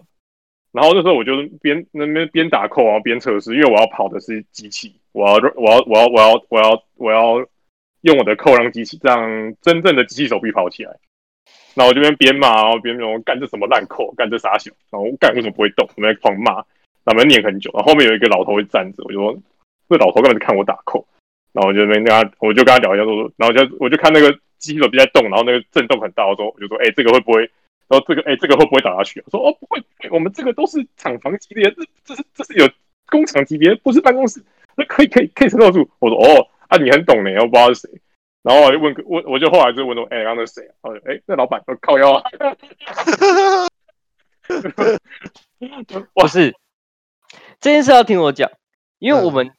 Speaker 4: 然后那时候我就边那边边打扣啊边测试，因为我要跑的是机器，我要我要我要我要我要我要用我的扣让机器让真正的机器手臂跑起来。然后我这边边骂，然后边说干这什么烂扣，干这傻小，然后干为什么不会动，我们在狂骂，然后我们念很久，然后后面有一个老头会站着，我就说这老头根本是看我打扣，然后我就在那边跟他，我就跟他聊一下，说，然后就我就看那个机手臂在动，然后那个震动很大，我说我就说，哎、这个会不会？然后这个，哎、这个会不会打下去、啊？我说哦，不会，不会我们这个都是厂房级别，这这是这是有工厂级别，不是办公室，那可以可以可以承受住。我说哦，啊，你很懂呢，我不知道是谁。然后我就问个问，我就后来就问说，哎、刚刚那是谁啊？然后就哎，那老板，我靠腰啊！
Speaker 3: 不是这件事要听我讲，因为我
Speaker 1: 嗯
Speaker 3: 们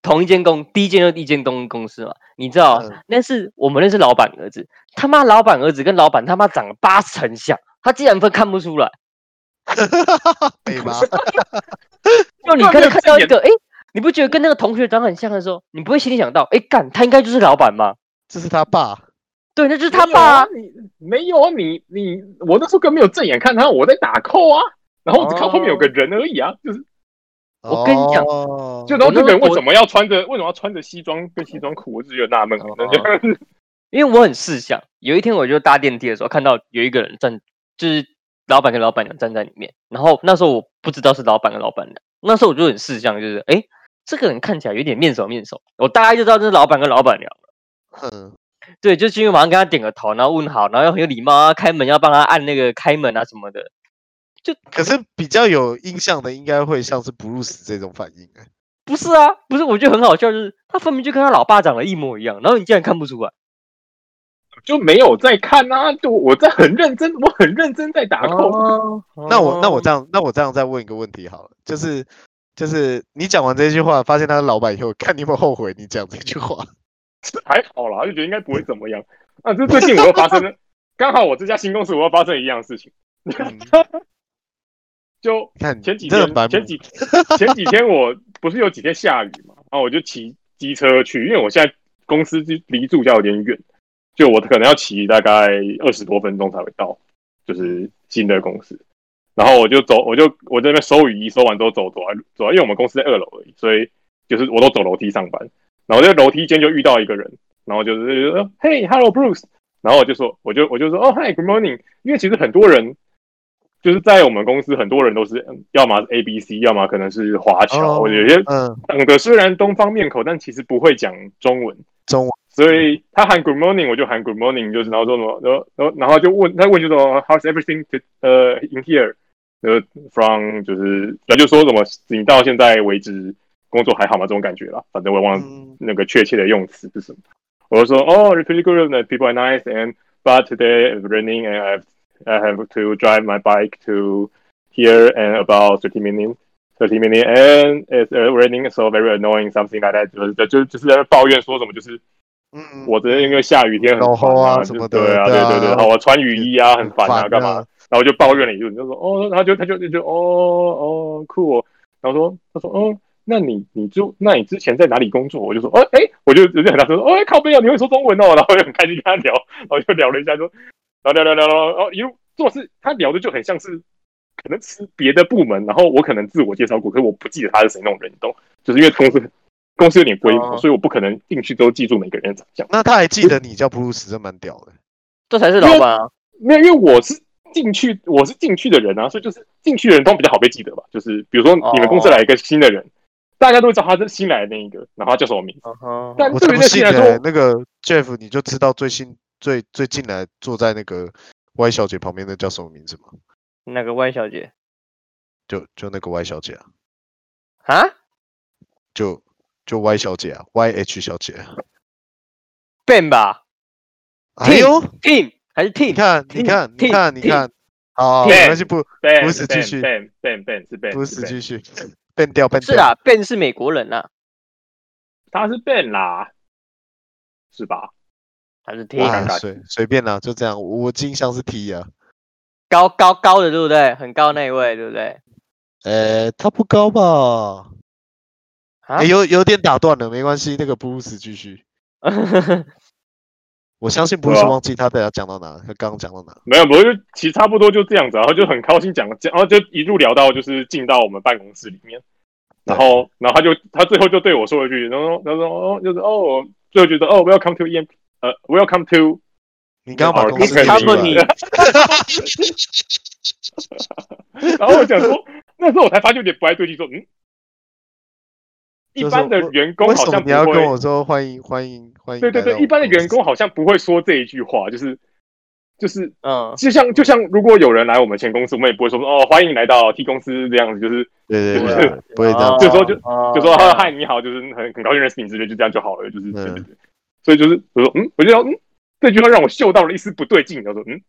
Speaker 3: 同一间公，第一间就一间公公司嘛，你知道
Speaker 1: 嗯，
Speaker 3: 那是我们认识老板儿子，他妈老板儿子跟老板他妈长得八十很像，他竟然分看不出来。
Speaker 1: 对 吗？
Speaker 3: 就你
Speaker 4: 对啊
Speaker 3: 刚
Speaker 4: 没
Speaker 3: 才
Speaker 4: 有
Speaker 3: 看
Speaker 4: 这
Speaker 3: 到一
Speaker 4: 也
Speaker 3: 个，哎、你不觉得跟那个同学长很像的时候，你不会心里想到，哎、干他应该就是老板吗？
Speaker 1: 这是他爸，
Speaker 3: 对，那就是他爸、啊。
Speaker 4: 没有啊，你没有啊，你你我那时候根本没有正眼看他，我在打扣啊，然后我只看后面有个人而已
Speaker 3: 哦
Speaker 4: 啊，就是
Speaker 3: 我跟你讲
Speaker 1: 哦
Speaker 4: 就然后
Speaker 3: 我那
Speaker 4: 那个人
Speaker 3: 时候
Speaker 4: 为什么要穿着为什么要穿着西装跟西装裤，我只是觉得纳闷啊
Speaker 1: 哦。
Speaker 4: 那就
Speaker 3: 因为我很识相，有一天我就搭电梯的时候看到有一个人站，就是老板跟老板娘站在里面，然后那时候我不知道是老板跟老板娘，那时候我就很识相，就是哎，诶这个人看起来有点面熟面熟，我大概就知道这是老板跟老板娘。
Speaker 1: 哼，
Speaker 3: 对，就进去马上跟他点个头，然后问好，然后又很有礼貌啊，开门要帮他按那个开门啊什么的。
Speaker 1: 可是比较有印象的，应该会像是布鲁斯这种反应、欸。
Speaker 3: 不是啊，不是，我觉得很好笑，就是他分明就跟他老爸长得一模一样，然后你竟然看不出来。
Speaker 4: 就没有在看啊，就我在很认真，我很认真在打扣。
Speaker 3: 哦，
Speaker 1: 那我那我
Speaker 3: 哦
Speaker 1: 这样，那我这样再问一个问题好了，就是就是你讲完这句话，发现他是老板以后，看你有没有后悔你讲这句话？
Speaker 4: 还好啦，就觉得应该不会怎么样。啊，这最近我又发 生了，刚好我这家新公司我又发生一样的事情，
Speaker 1: 嗯
Speaker 4: 就
Speaker 1: 你看
Speaker 4: 前几
Speaker 1: 你真的
Speaker 4: 天
Speaker 1: 很白目
Speaker 4: 前几前几天我不是有几天下雨嘛，然后我就骑机车去，因为我现在公司就离住家有点远，就我可能要骑大概二十多分钟才会到，就是新的公司。然后我就走，我就我在那边收雨衣，收完之后走走在走在，因为我们公司在二楼而已，所以就是我都走楼梯上班。然后在楼梯间就遇到一个人，然后就是就是说，Hey, hello, Bruce。然后我就说，我就我就说，哦、h i good morning。因为其实很多人就是在我们公司，很多人都是嗯要么是 A B C，要么可能是华侨，
Speaker 1: 哦
Speaker 4: 或者有些
Speaker 1: 嗯，
Speaker 4: 长得虽然东方面孔，但其实不会讲中文。
Speaker 1: 中文
Speaker 4: 所以他喊 Good morning，我就喊 Good morning，就是然后说什么，然后然后然后就问他问就说 How's everything to 呃、in here？呃，from 就是他就说什么你到现在为止工作还好吗？这种感觉啦，反正我也忘了
Speaker 1: 嗯
Speaker 4: 那个确切的用词是什么。我就说哦、oh,，it's pretty good, the people are nice, and but today it's raining, and I have I have to drive my bike to here and about thirty minutes. Thirty minutes and it's uh, raining, so very annoying, something like that. 就是就就是在那抱怨说什么，就是
Speaker 1: 嗯，
Speaker 4: 我这因为下雨天很
Speaker 1: 然
Speaker 4: 烦
Speaker 1: 后啊
Speaker 4: 就
Speaker 1: 什么的
Speaker 4: 对啊，
Speaker 1: 对
Speaker 4: 对
Speaker 1: 啊
Speaker 4: 对对，然后我穿雨衣
Speaker 1: 嗯
Speaker 4: 啊，很烦啊，干嘛？？然后就抱怨了一顿，就说哦，他就他就就就哦哦酷哦，然后说他说哦，那你你就那你之前在哪里工作？我就说哦哎，我就有点很大声说哦哎靠背啊，你会说中文哦，然后我就很开心跟他聊，然后就聊了一下说，然后聊聊聊聊，然后一路做事，他聊的就很像是可能是别的部门，然后我可能自我介绍过，可是我不记得他是谁那种人，你懂？就是因为公司公司有点规模，
Speaker 3: 哦
Speaker 4: 所以我不可能进去都记住每个人长相。
Speaker 1: 那他还记得你叫布鲁斯，真蛮屌的。
Speaker 3: 这才是老板啊！
Speaker 4: 没有，因为我是进去，我是进去的人啊，所以就是进去的人都比较好被记得吧。就是比如说你们公司来一个新的人，大家都会知道他是新来的那一个，然后他叫什么名字。
Speaker 3: 嗯哼
Speaker 4: 但
Speaker 1: 我
Speaker 4: 对
Speaker 1: 才
Speaker 4: 于
Speaker 1: 不
Speaker 4: 那些
Speaker 1: 信
Speaker 4: 人来
Speaker 1: 呢、
Speaker 4: 说，
Speaker 1: 那个 Jeff 你就知道最新最最近来坐在那个 Y 小姐旁边的叫什么名字吗？
Speaker 3: 那个 Y 小姐
Speaker 1: 就就那个 Y 小姐啊，
Speaker 3: 啊，
Speaker 1: 就就 Y 小姐啊，YH 小姐啊。
Speaker 3: 变吧
Speaker 1: 哎呦，
Speaker 3: ，Team 还是
Speaker 1: 你
Speaker 3: Team？
Speaker 1: 看，你
Speaker 3: 听
Speaker 1: 看，你
Speaker 3: 听
Speaker 1: 看，你
Speaker 3: 听
Speaker 1: 看，好，没
Speaker 4: 听
Speaker 1: 关系，不
Speaker 4: 对
Speaker 1: 不是继续
Speaker 4: ban ban ban 是 ban，
Speaker 1: 不是继
Speaker 4: 续，
Speaker 1: 续，变掉变
Speaker 3: 是
Speaker 1: 掉。
Speaker 3: 啊，变是美国人呐、啊，
Speaker 4: 他是 ban 啦，是吧？
Speaker 3: 还是
Speaker 4: 我看
Speaker 1: 啊，
Speaker 4: 看
Speaker 3: Team？
Speaker 1: 随随便啦，就这样。我我印象是 T 啊，
Speaker 3: 高高高的，对不对？很高那一位，对不对？
Speaker 1: 呃，他不高吧？
Speaker 3: 啊，
Speaker 1: 哎，有有点打断了，没关系，那个布鲁斯继续。我相信布鲁斯
Speaker 4: 对啊
Speaker 1: 忘记他等下讲到哪，他刚刚讲到哪。
Speaker 4: 没有，不是，就其实差不多就这样子，然后就很高兴讲讲，然后就一路聊到就是进到我们办公室里面，然后然后他就他最后就对我说了一句，然后他说哦就是哦，最后觉得哦 welcome to EM 呃 welcome to
Speaker 1: 你刚刚把
Speaker 4: 好
Speaker 1: 公司
Speaker 4: 哦可以
Speaker 1: 讲出
Speaker 4: 理
Speaker 1: 来
Speaker 3: 你
Speaker 4: 解然后我想说，那时候我才发现有点不太对劲，说嗯，一般的员工
Speaker 1: 为
Speaker 4: 好
Speaker 1: 什么
Speaker 4: 像不
Speaker 1: 你要跟
Speaker 4: 会，
Speaker 1: 我说欢迎欢迎欢迎？
Speaker 4: 对对对，一般的员，工好像不会说这一句话，就是就是
Speaker 3: 嗯，
Speaker 4: 就像就像如果有人来我们前公司，我们也不会说哦欢迎来到 T 公司这样子，就是
Speaker 1: 对对
Speaker 4: 对
Speaker 1: 对，不会这样
Speaker 4: 哦就
Speaker 1: 子。
Speaker 4: 说就说
Speaker 3: 他
Speaker 4: 嗨嗨你好，就是很很高兴认识你之类，就这样就好了，就是对
Speaker 1: 哦嗯
Speaker 4: 对对，所以就是我说嗯，我就要嗯，这句话让我嗅到了一丝不对劲，我说嗯，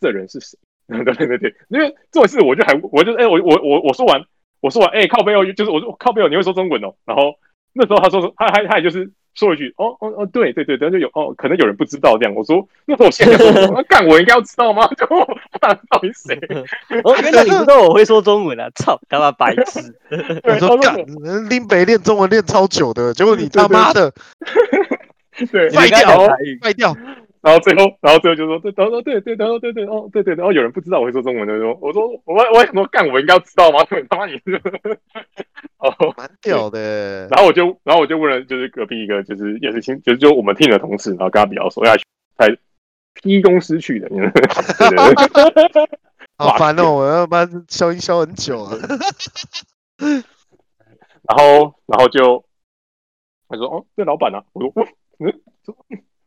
Speaker 4: 这人是谁？ 对对对对，因为这种事我就还我就哎、我我我我说完我说完哎、靠背哦，就是我说靠背哦，你会说中文哦，然后那时候他说他还他也就是。说一句哦哦哦，对对对，然后就有哦，可能有人不知道这样。我说那时候我现在想 说，啊干我应该要知道吗？ 就我到底是谁？
Speaker 3: 哦，原来你不知道我会说中文啊！操，他妈白痴！
Speaker 4: 对，哦
Speaker 1: 我
Speaker 4: 他
Speaker 1: 说
Speaker 4: 说
Speaker 1: 干，人林北练中文练超久的，结果你他妈的
Speaker 4: 对，哦
Speaker 1: 你应该
Speaker 4: 然后
Speaker 1: 讲卖掉。
Speaker 4: 然后最后，然后最后就说，对，然后说对对，然后对对，哦对对，然后有人不知道我会说中文的，说我说我我想说干，我应该要知道吗？ 他妈你是，哦，
Speaker 1: 蛮屌的。
Speaker 4: 然后我就然后我就问了，就是隔壁一个就是也是新，就是就我们 team 的同事，然哎 后跟他比较熟，他才 P 公司去的，你知道吗对对对
Speaker 1: 好烦哦！我要把消音消很久啊。
Speaker 4: 然后然后就他说哦，这老板啊，我说我嗯，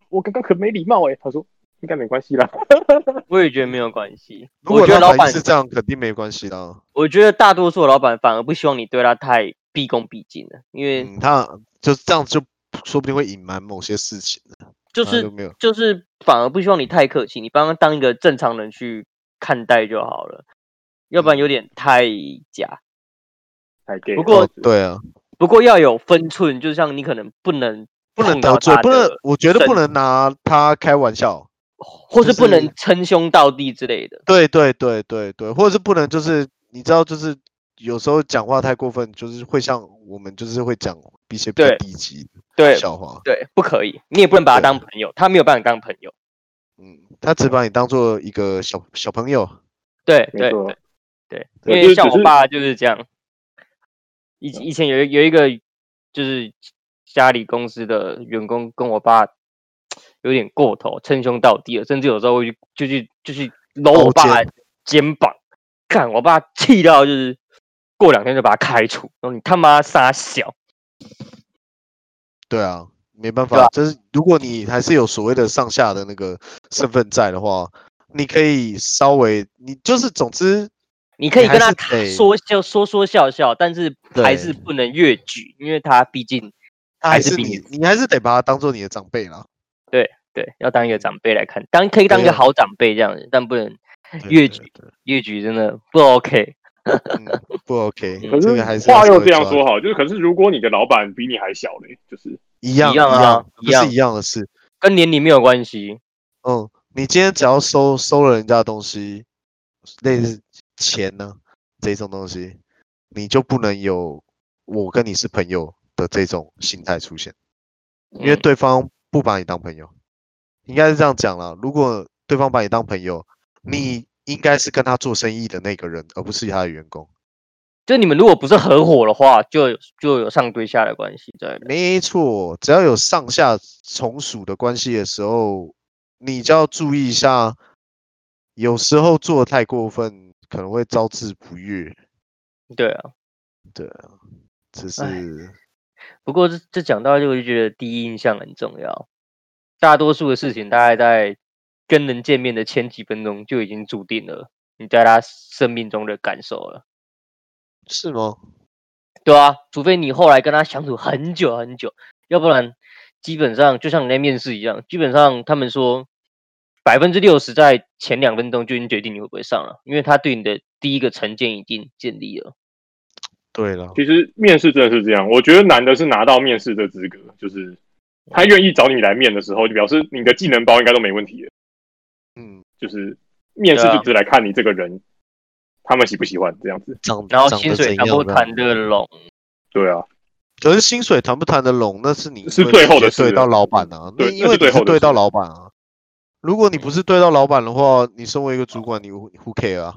Speaker 4: 我刚刚很没礼貌哎、他说应该没关系啦，
Speaker 3: 我也觉得没有 关系。
Speaker 1: 如
Speaker 3: 我
Speaker 1: 果
Speaker 3: 觉得老
Speaker 1: 板
Speaker 3: 板
Speaker 1: 意是这样，肯定没关系的啊。
Speaker 3: 我觉得大多数的老板反而不希望你对他太毕恭毕敬了，因为
Speaker 1: 嗯，他就是这样，就说不定会隐瞒某些事情，
Speaker 3: 就
Speaker 1: 他
Speaker 3: 是
Speaker 1: 就没有。
Speaker 3: 就是反而不希望你太客气，你帮他当一个正常人去看待就好了，要不然有点太假。
Speaker 4: 才给。
Speaker 3: 不过
Speaker 1: 哦对啊，
Speaker 3: 不过要有分寸，就像你可能不能
Speaker 1: 不能
Speaker 3: 碰到
Speaker 1: 得罪
Speaker 3: 他，
Speaker 1: 不能
Speaker 3: 的，
Speaker 1: 我觉得
Speaker 3: 甚
Speaker 1: 不能拿他开玩笑。
Speaker 3: 或是
Speaker 1: 就是
Speaker 3: 不能称兄道弟之类的。
Speaker 1: 对对对对对，或者是不能就是你知道，就是有时候讲话太过分，就是会像我们就是会讲一些比较
Speaker 3: 对
Speaker 1: 低级的
Speaker 3: 对
Speaker 1: 笑话。
Speaker 3: 对，不可以，你也不能把他
Speaker 1: 对
Speaker 3: 当朋友，他没有把你当朋友。
Speaker 1: 嗯，他只把你当做一个小小朋友。
Speaker 3: 对
Speaker 4: 没
Speaker 3: 对
Speaker 4: 错，
Speaker 3: 对，
Speaker 4: 我
Speaker 3: 因
Speaker 4: 觉
Speaker 3: 为
Speaker 4: 得
Speaker 3: 像
Speaker 4: 只
Speaker 3: 我
Speaker 4: 是
Speaker 3: 爸就是这样，以以前有一有一个就是家里公司的员工跟我爸有点过头，称兄道弟了，甚至有时候会去就去就去搂
Speaker 1: 抱
Speaker 3: 我爸
Speaker 1: 肩
Speaker 3: 肩膀，看我爸气到就是过两天就把他开除，然后你他妈傻小，
Speaker 1: 对啊，没办
Speaker 3: 对
Speaker 1: 法，
Speaker 3: 啊
Speaker 1: 就是如果你还是有所谓的上下的那个身份在的话，你可以稍微，你就是总之
Speaker 3: 你可
Speaker 1: 你
Speaker 3: 以
Speaker 1: 还
Speaker 3: 跟他
Speaker 1: 是得
Speaker 3: 说笑说说笑笑，但是还
Speaker 1: 对
Speaker 3: 是不能越矩，因为他毕竟
Speaker 1: 他
Speaker 3: 还
Speaker 1: 还
Speaker 3: 是
Speaker 1: 是
Speaker 3: 比
Speaker 1: 你，你还是得把他当做你的长辈 啦。
Speaker 3: 对，要当一个长辈来看，当可以当一个
Speaker 1: 对啊
Speaker 3: 好长辈这样子，但不能
Speaker 1: 对
Speaker 3: 越
Speaker 1: 对
Speaker 3: 矩
Speaker 1: 对
Speaker 3: 越矩，真的不 OK。
Speaker 1: 嗯，不 OK，
Speaker 4: 可
Speaker 1: 这个还
Speaker 4: 是
Speaker 1: 是
Speaker 4: 话
Speaker 1: 要稍
Speaker 4: 又
Speaker 1: 微
Speaker 4: 这样
Speaker 1: 抓
Speaker 4: 说好，就是可是如果你的老板比你还小嘞，就是
Speaker 1: 一样
Speaker 3: 一样啊
Speaker 1: 不
Speaker 3: 一样
Speaker 1: 是一样的事。
Speaker 3: 跟年龄没有关系，
Speaker 1: 嗯，你今天只要收收了人家的东西，类似钱呢、这种东西，你就不能有我跟你是朋友的这种心态出现，因为
Speaker 3: 嗯
Speaker 1: 对方不把你当朋友，应该是这样讲啦。如果对方把你当朋友，
Speaker 3: 嗯
Speaker 1: 你应该是跟他做生意的那个人，而不是他的员工。
Speaker 3: 就你们如果不是合伙的话，就有就有上对下的关系在的。
Speaker 1: 没错，只要有上下从属的关系的时候，你就要注意一下，有时候做的太过分，可能会招致不悦。
Speaker 3: 对啊，
Speaker 1: 对啊，这
Speaker 3: 唉
Speaker 1: 是
Speaker 3: 不过这这讲到这个我就觉得第一印象很重要，大多数的事情大概在跟人见面的前几分钟就已经注定了你在他生命中的感受了。
Speaker 1: 是吗？
Speaker 3: 对啊，除非你后来跟他相处很久很久，要不然基本上就像你在面试一样，基本上他们说百分之六十在前两分钟就已经决定你会不会上了，因为他对你的第一个成见已经建立了。
Speaker 1: 对了，
Speaker 4: 其实面试真的是这样，我觉得难的是拿到面试的资格，就是他愿意找你来面的时候，就表示你的技能包应该都没问题了。
Speaker 1: 嗯，
Speaker 4: 就是面试
Speaker 3: 对啊
Speaker 4: 就只是来看你这个人，他们喜不喜欢这样子。
Speaker 1: 嗯长
Speaker 3: 然后
Speaker 1: 长
Speaker 3: 薪
Speaker 1: 得
Speaker 3: 水
Speaker 1: 怎
Speaker 3: 谈不
Speaker 1: 样吧？
Speaker 3: 谈得拢，
Speaker 4: 对啊，
Speaker 1: 可是薪水谈不谈得拢，那是你
Speaker 4: 是
Speaker 1: 会
Speaker 4: 最
Speaker 1: 直
Speaker 4: 后的
Speaker 1: 接对
Speaker 4: 事
Speaker 1: 到
Speaker 4: 了
Speaker 1: 老板啊，你
Speaker 4: 对那
Speaker 1: 因
Speaker 4: 是
Speaker 1: 为
Speaker 4: 最
Speaker 1: 你
Speaker 4: 后
Speaker 1: 是
Speaker 4: 的
Speaker 1: 对
Speaker 4: 事
Speaker 1: 到
Speaker 4: 了
Speaker 1: 老板啊。如果你不是对到老板的话，你身为一个主管，你 who care 啊？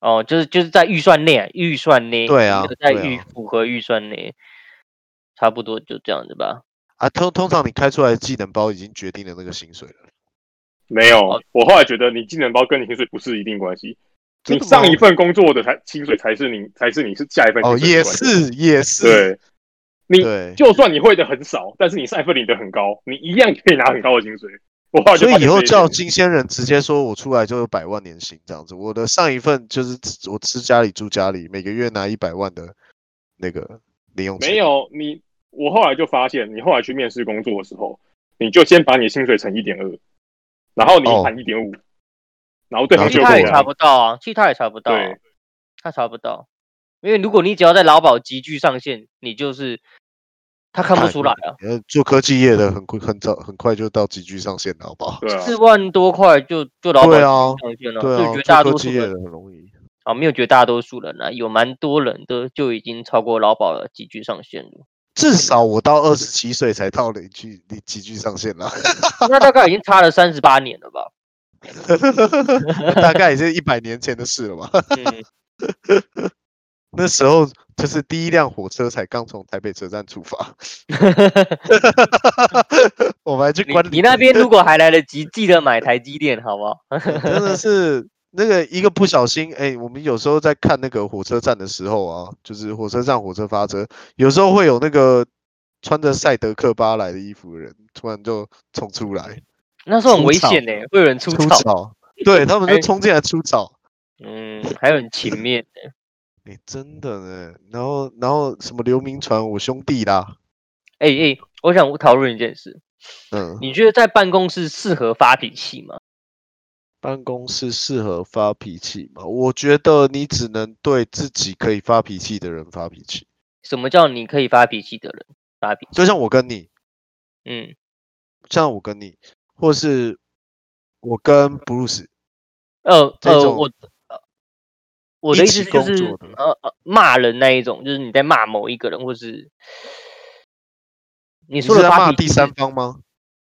Speaker 3: 哦，就是就是在预算内啊，预算内，
Speaker 1: 对
Speaker 3: 你
Speaker 1: 啊
Speaker 3: 有在
Speaker 1: 对
Speaker 3: 预
Speaker 1: 啊
Speaker 3: 符合预算内，差不多就这样子吧。
Speaker 1: 啊，通通常你开出来的技能包已经决定了那个薪水了。
Speaker 4: 没有
Speaker 3: 哦，
Speaker 4: 我后来觉得你技能包跟你薪水不是一定关系，
Speaker 1: 真
Speaker 4: 你
Speaker 1: 的
Speaker 4: 上
Speaker 1: 吗
Speaker 4: 一份工作的才薪水才是你才是你是下一份
Speaker 1: 哦，
Speaker 4: 薪水
Speaker 1: 也
Speaker 4: 的关系
Speaker 1: 是也是，
Speaker 4: 对。你
Speaker 1: 对，
Speaker 4: 就算你会的很少，但是你上一份领的很高，你一样可以拿很高的薪水。我后来就
Speaker 1: 所
Speaker 4: 发
Speaker 1: 以以
Speaker 4: 现
Speaker 1: 后
Speaker 4: 这一
Speaker 1: 叫
Speaker 4: 点
Speaker 1: 新鲜人直接说我出来就有百万年薪这样子。我的上一份就是吃我吃家里住家里，每个月拿一百万的那个零用钱。
Speaker 4: 没有你，我后来就发现，你后来去面试工作的时候，你就先把你的薪水乘一点二，然后你
Speaker 1: 哦
Speaker 4: 喊一点五，然后对
Speaker 1: 然
Speaker 4: 方
Speaker 1: 后
Speaker 3: 其
Speaker 1: 就
Speaker 4: 就
Speaker 3: 实
Speaker 4: 过
Speaker 3: 他也
Speaker 1: 过
Speaker 3: 查
Speaker 4: 来。
Speaker 3: 不到啊，其实他也查不到、啊
Speaker 4: 对，
Speaker 3: 他查不到，因为如果你只要在劳保急剧上限，你就是他看不
Speaker 1: 看
Speaker 3: 出来啊，
Speaker 1: 呃，做科技业的很快很早很快就到集聚上线了，好不好？
Speaker 4: 对啊，
Speaker 3: 四万多块就就劳保
Speaker 1: 对
Speaker 3: 局
Speaker 1: 啊
Speaker 3: 上线了，
Speaker 1: 对
Speaker 3: 就
Speaker 1: 啊
Speaker 3: 绝，
Speaker 1: 做
Speaker 3: 大
Speaker 1: 科
Speaker 3: 多数
Speaker 1: 技业的
Speaker 3: 人
Speaker 1: 很容易。
Speaker 3: 啊，没有绝大多数人啊，有蛮多人的就已经超过劳保的集聚上 限了，
Speaker 1: 至少我到二十七岁才到了去离集聚上线啦，
Speaker 3: 那大概已经差了三十八年了吧？
Speaker 1: 大概也是一百年前的事了 吧。
Speaker 3: 嗯，
Speaker 1: 那时候就是第一辆火车才刚从台北车站出 发，我们还去关
Speaker 3: 你你那边如果还来得及，记得买台积电好不好？
Speaker 1: 真的是那个一个不小心，哎、我们有时候在看那个火车站的时候啊，就是火车站火车发车，有时候会有那个穿着赛德克巴莱的衣服的人突然就冲出来
Speaker 3: 那时候很
Speaker 1: 出
Speaker 3: 危
Speaker 1: 草
Speaker 3: 险呢、会有人出
Speaker 1: 出
Speaker 3: 草，
Speaker 1: 草，对他们就
Speaker 3: 哎
Speaker 1: 冲进来出草，
Speaker 3: 嗯，还有很情面欸、
Speaker 1: 哎、真的呢。然后然后什么刘铭传我兄弟啦，
Speaker 3: 哎、哎、我想讨论一件事，
Speaker 1: 嗯，
Speaker 3: 你觉得在办公室适合发脾气吗？
Speaker 1: 办公室适合发脾气吗？我觉得你只能对自己可以发脾气的人发脾气，
Speaker 3: 什么叫你可以发脾气的人发脾气？
Speaker 1: 就像我跟你，
Speaker 3: 嗯，
Speaker 1: 像我跟你，或是我跟布鲁斯，
Speaker 3: 呃
Speaker 1: 这
Speaker 3: 呃，
Speaker 1: 种
Speaker 3: 我呃我的
Speaker 1: 一
Speaker 3: 意思
Speaker 1: 起
Speaker 3: 就
Speaker 1: 工
Speaker 3: 是
Speaker 1: 作的
Speaker 3: 呃呃骂人那一种，就是你在骂某一个人，或是你
Speaker 1: 你
Speaker 3: 说
Speaker 1: 是
Speaker 3: 的
Speaker 1: 在
Speaker 3: 发
Speaker 1: 骂
Speaker 3: 脾气
Speaker 1: 第三
Speaker 3: 是，
Speaker 1: 方吗？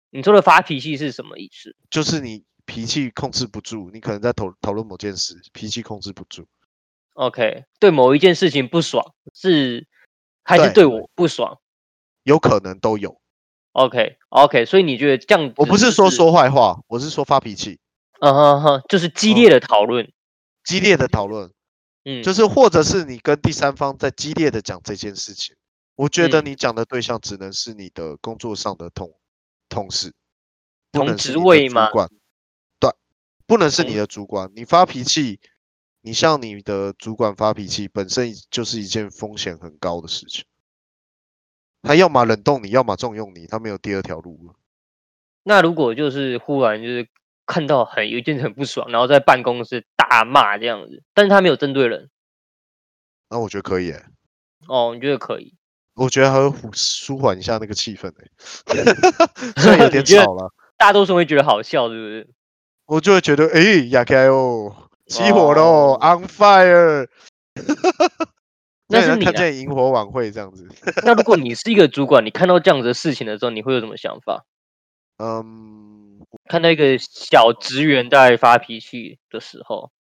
Speaker 3: 你说的发脾气是什么意思？
Speaker 1: 就是你脾气控制不住，你可能在讨讨论某件事，脾气控制不住，
Speaker 3: OK，对某一件事情不爽是还是
Speaker 1: 对
Speaker 3: 对我不爽
Speaker 1: 有可能都有。
Speaker 3: ？OK OK，所以你觉得这样？
Speaker 1: 我不是说，说坏话，我是说发脾气，
Speaker 3: 嗯哼哼，就是激
Speaker 1: 嗯
Speaker 3: 烈的讨论，
Speaker 1: 激烈的讨论，
Speaker 3: 嗯，
Speaker 1: 就是或者是你跟第三方在激烈的讲这件事情。我觉得
Speaker 3: 嗯
Speaker 1: 你讲的对象只能是你的工作上的同同事，不
Speaker 3: 同
Speaker 1: 能是
Speaker 3: 职
Speaker 1: 你的
Speaker 3: 位
Speaker 1: 主
Speaker 3: 吗嗯
Speaker 1: 管，对，不能是你
Speaker 3: 同
Speaker 1: 的主管。你发脾气，你向你的主管发脾气，本身就是一件风险很高的事情。他要么冷冻你，要么重用你，他没有第二条路了。
Speaker 3: 那如果就是忽然就是看到很有一件很不爽，然后在办公室大骂这样子，但是他没有针对人
Speaker 1: 那我觉得可以、欸，
Speaker 3: 哦，你觉得可以？
Speaker 1: 我觉得还会缓舒缓一下那个气氛、 欸， 虽然有点
Speaker 3: 你觉得
Speaker 1: 吵了，
Speaker 3: 大多数人会觉得好笑，对不对？
Speaker 1: 我就会觉得，哎、亚开哦，起火喽、
Speaker 3: 哦
Speaker 1: o n fire。
Speaker 3: 那
Speaker 1: 对
Speaker 3: 是
Speaker 1: 像
Speaker 3: 你
Speaker 1: 看
Speaker 3: 啊。
Speaker 1: 见萤火晚会这样子。
Speaker 3: 那如果你是一个主管，你看到这样子的事情的时候，你会有什么想法？
Speaker 1: 嗯，
Speaker 3: 看到一个小职员在发脾气的时候，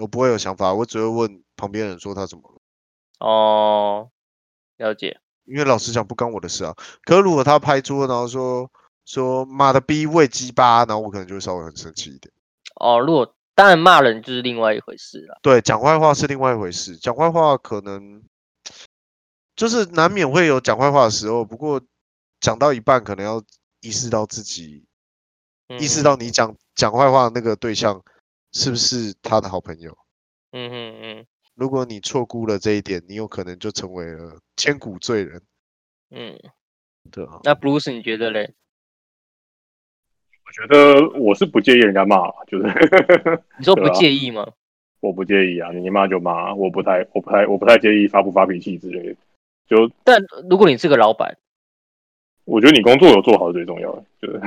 Speaker 1: 我不会有想法，我只会问旁边人说他怎么了。
Speaker 3: 哦，了解。
Speaker 1: 因为老实讲，不干我的事啊。可是如果他拍桌，然后说说妈的逼喂鸡巴，然后我可能就会稍微很生气一点。
Speaker 3: 哦，如果当然骂人就是另外一回事了。
Speaker 1: 对，讲坏话是另外一回事，讲坏话可能就是难免会有讲坏话的时候，不过讲到一半，可能要意识到自己，意识
Speaker 3: 嗯哼
Speaker 1: 到你讲讲坏话的那个对象是不是他的好朋友。
Speaker 3: 嗯哼嗯
Speaker 1: 如果你错估了这一点，你有可能就成为了千古罪人。
Speaker 3: 嗯。
Speaker 1: 对啊，
Speaker 3: 那 Bruce 你觉得嘞？
Speaker 4: 我觉得我是不介意人家骂，就是
Speaker 3: 你说
Speaker 4: 对
Speaker 3: 不
Speaker 4: 啊
Speaker 3: 介意吗？
Speaker 4: 我不介意啊，你骂就骂，我不太我不太我不太介意发不发脾气之类的。就
Speaker 3: 但如果你是个老板，
Speaker 4: 我觉得你工作有做好是最重要的，就是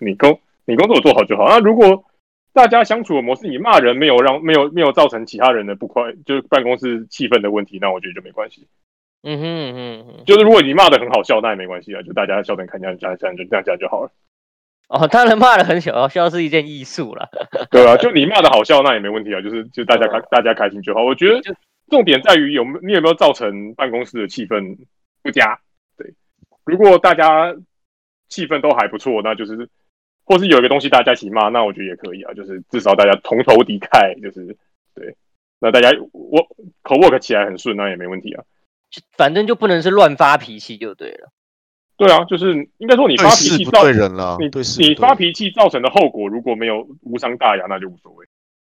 Speaker 4: 你工你工作有做好就好。那如果大家相处的模式，你骂人没有让没有没有造成其他人的不快，就是办公室气氛的问题，那我觉得就没关系。
Speaker 3: 嗯哼嗯哼嗯哼，
Speaker 4: 就是如果你骂的很好笑，那也没关系啊，就大家笑成看这样这样这样就这样这样就好了，
Speaker 3: 哦，当然骂的很小笑是一件艺术啦。
Speaker 4: 对啊，就你骂的好笑，那也没问题啊，就是就大家开
Speaker 3: 嗯
Speaker 4: 大家开心就好。我觉得
Speaker 3: 就
Speaker 4: 重点在于有没有你有没有造成办公室的气氛不佳。对，如果大家气氛都还不错，那就是或是有一个东西大家一起骂，那我觉得也可以啊，就是至少大家同仇敌忾，就是对。那大家我口 work 起来很顺，那也没问题啊。
Speaker 3: 就反正就不能是乱发脾气就对了。
Speaker 4: 对啊，就是应该说你发
Speaker 1: 对
Speaker 4: 脾
Speaker 1: 事
Speaker 4: 气
Speaker 1: 不
Speaker 4: 造
Speaker 1: 对人啦
Speaker 4: 你，
Speaker 1: 啊对事
Speaker 4: 你
Speaker 1: 不对
Speaker 4: 发
Speaker 1: 人
Speaker 4: 脾气造成的后果如果没有无伤大雅，那就无所谓。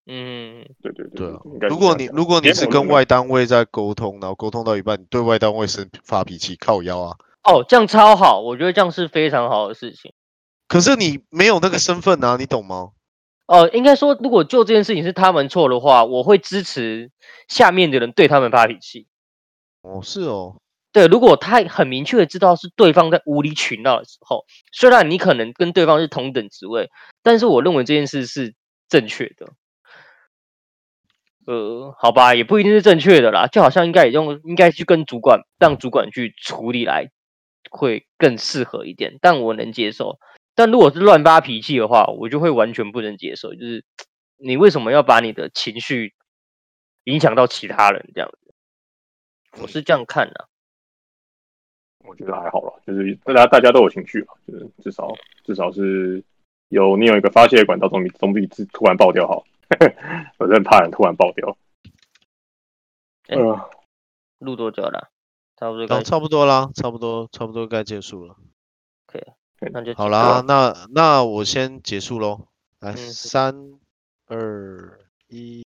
Speaker 3: 嗯，
Speaker 4: 对对对
Speaker 1: 对啊
Speaker 4: 应该，是
Speaker 1: 如果
Speaker 4: 这
Speaker 1: 你
Speaker 4: 样讲
Speaker 1: 如果你
Speaker 4: 别
Speaker 1: 是
Speaker 4: 否
Speaker 1: 跟
Speaker 4: 认了
Speaker 1: 外单位在沟通，然后沟通到一半，你对外单位生发脾气，靠腰啊。
Speaker 3: 哦，这样超好，我觉得这样是非常好的事情。
Speaker 1: 可是你没有那个身份啊，你懂吗？
Speaker 3: 哦，应该说，如果就这件事情是他们错的话，我会支持下面的人对他们发脾气。
Speaker 1: 哦，是哦，
Speaker 3: 对，如果他很明确的知道是对方在无理取闹的时候，虽然你可能跟对方是同等职位，但是我认为这件事是正确的。呃，好吧，也不一定是正确的啦，就好像应该也用应该去跟主管让主管去处理来，会更适合一点，但我能接受。但如果是乱发脾气的话，我就会完全不能接受，就是你为什么要把你的情绪影响到其他人这样子？我是这样看的。
Speaker 4: 我觉得还好啦，就是大家大家都有情绪啊嘛，就是至少至少是有你有一个发泄的管道，总比总比自突然爆掉好。 我真的怕人突然爆掉。
Speaker 3: 哎
Speaker 4: 嗯、
Speaker 3: 录多久了？差不多
Speaker 1: 然后
Speaker 3: 该
Speaker 1: 差不多啦，差不多差不多该结束了。
Speaker 3: 那就
Speaker 1: 好
Speaker 4: 对嗯
Speaker 1: 啦
Speaker 4: 啊，
Speaker 1: 那那我先结束喽。来，
Speaker 3: 嗯
Speaker 1: 三二一，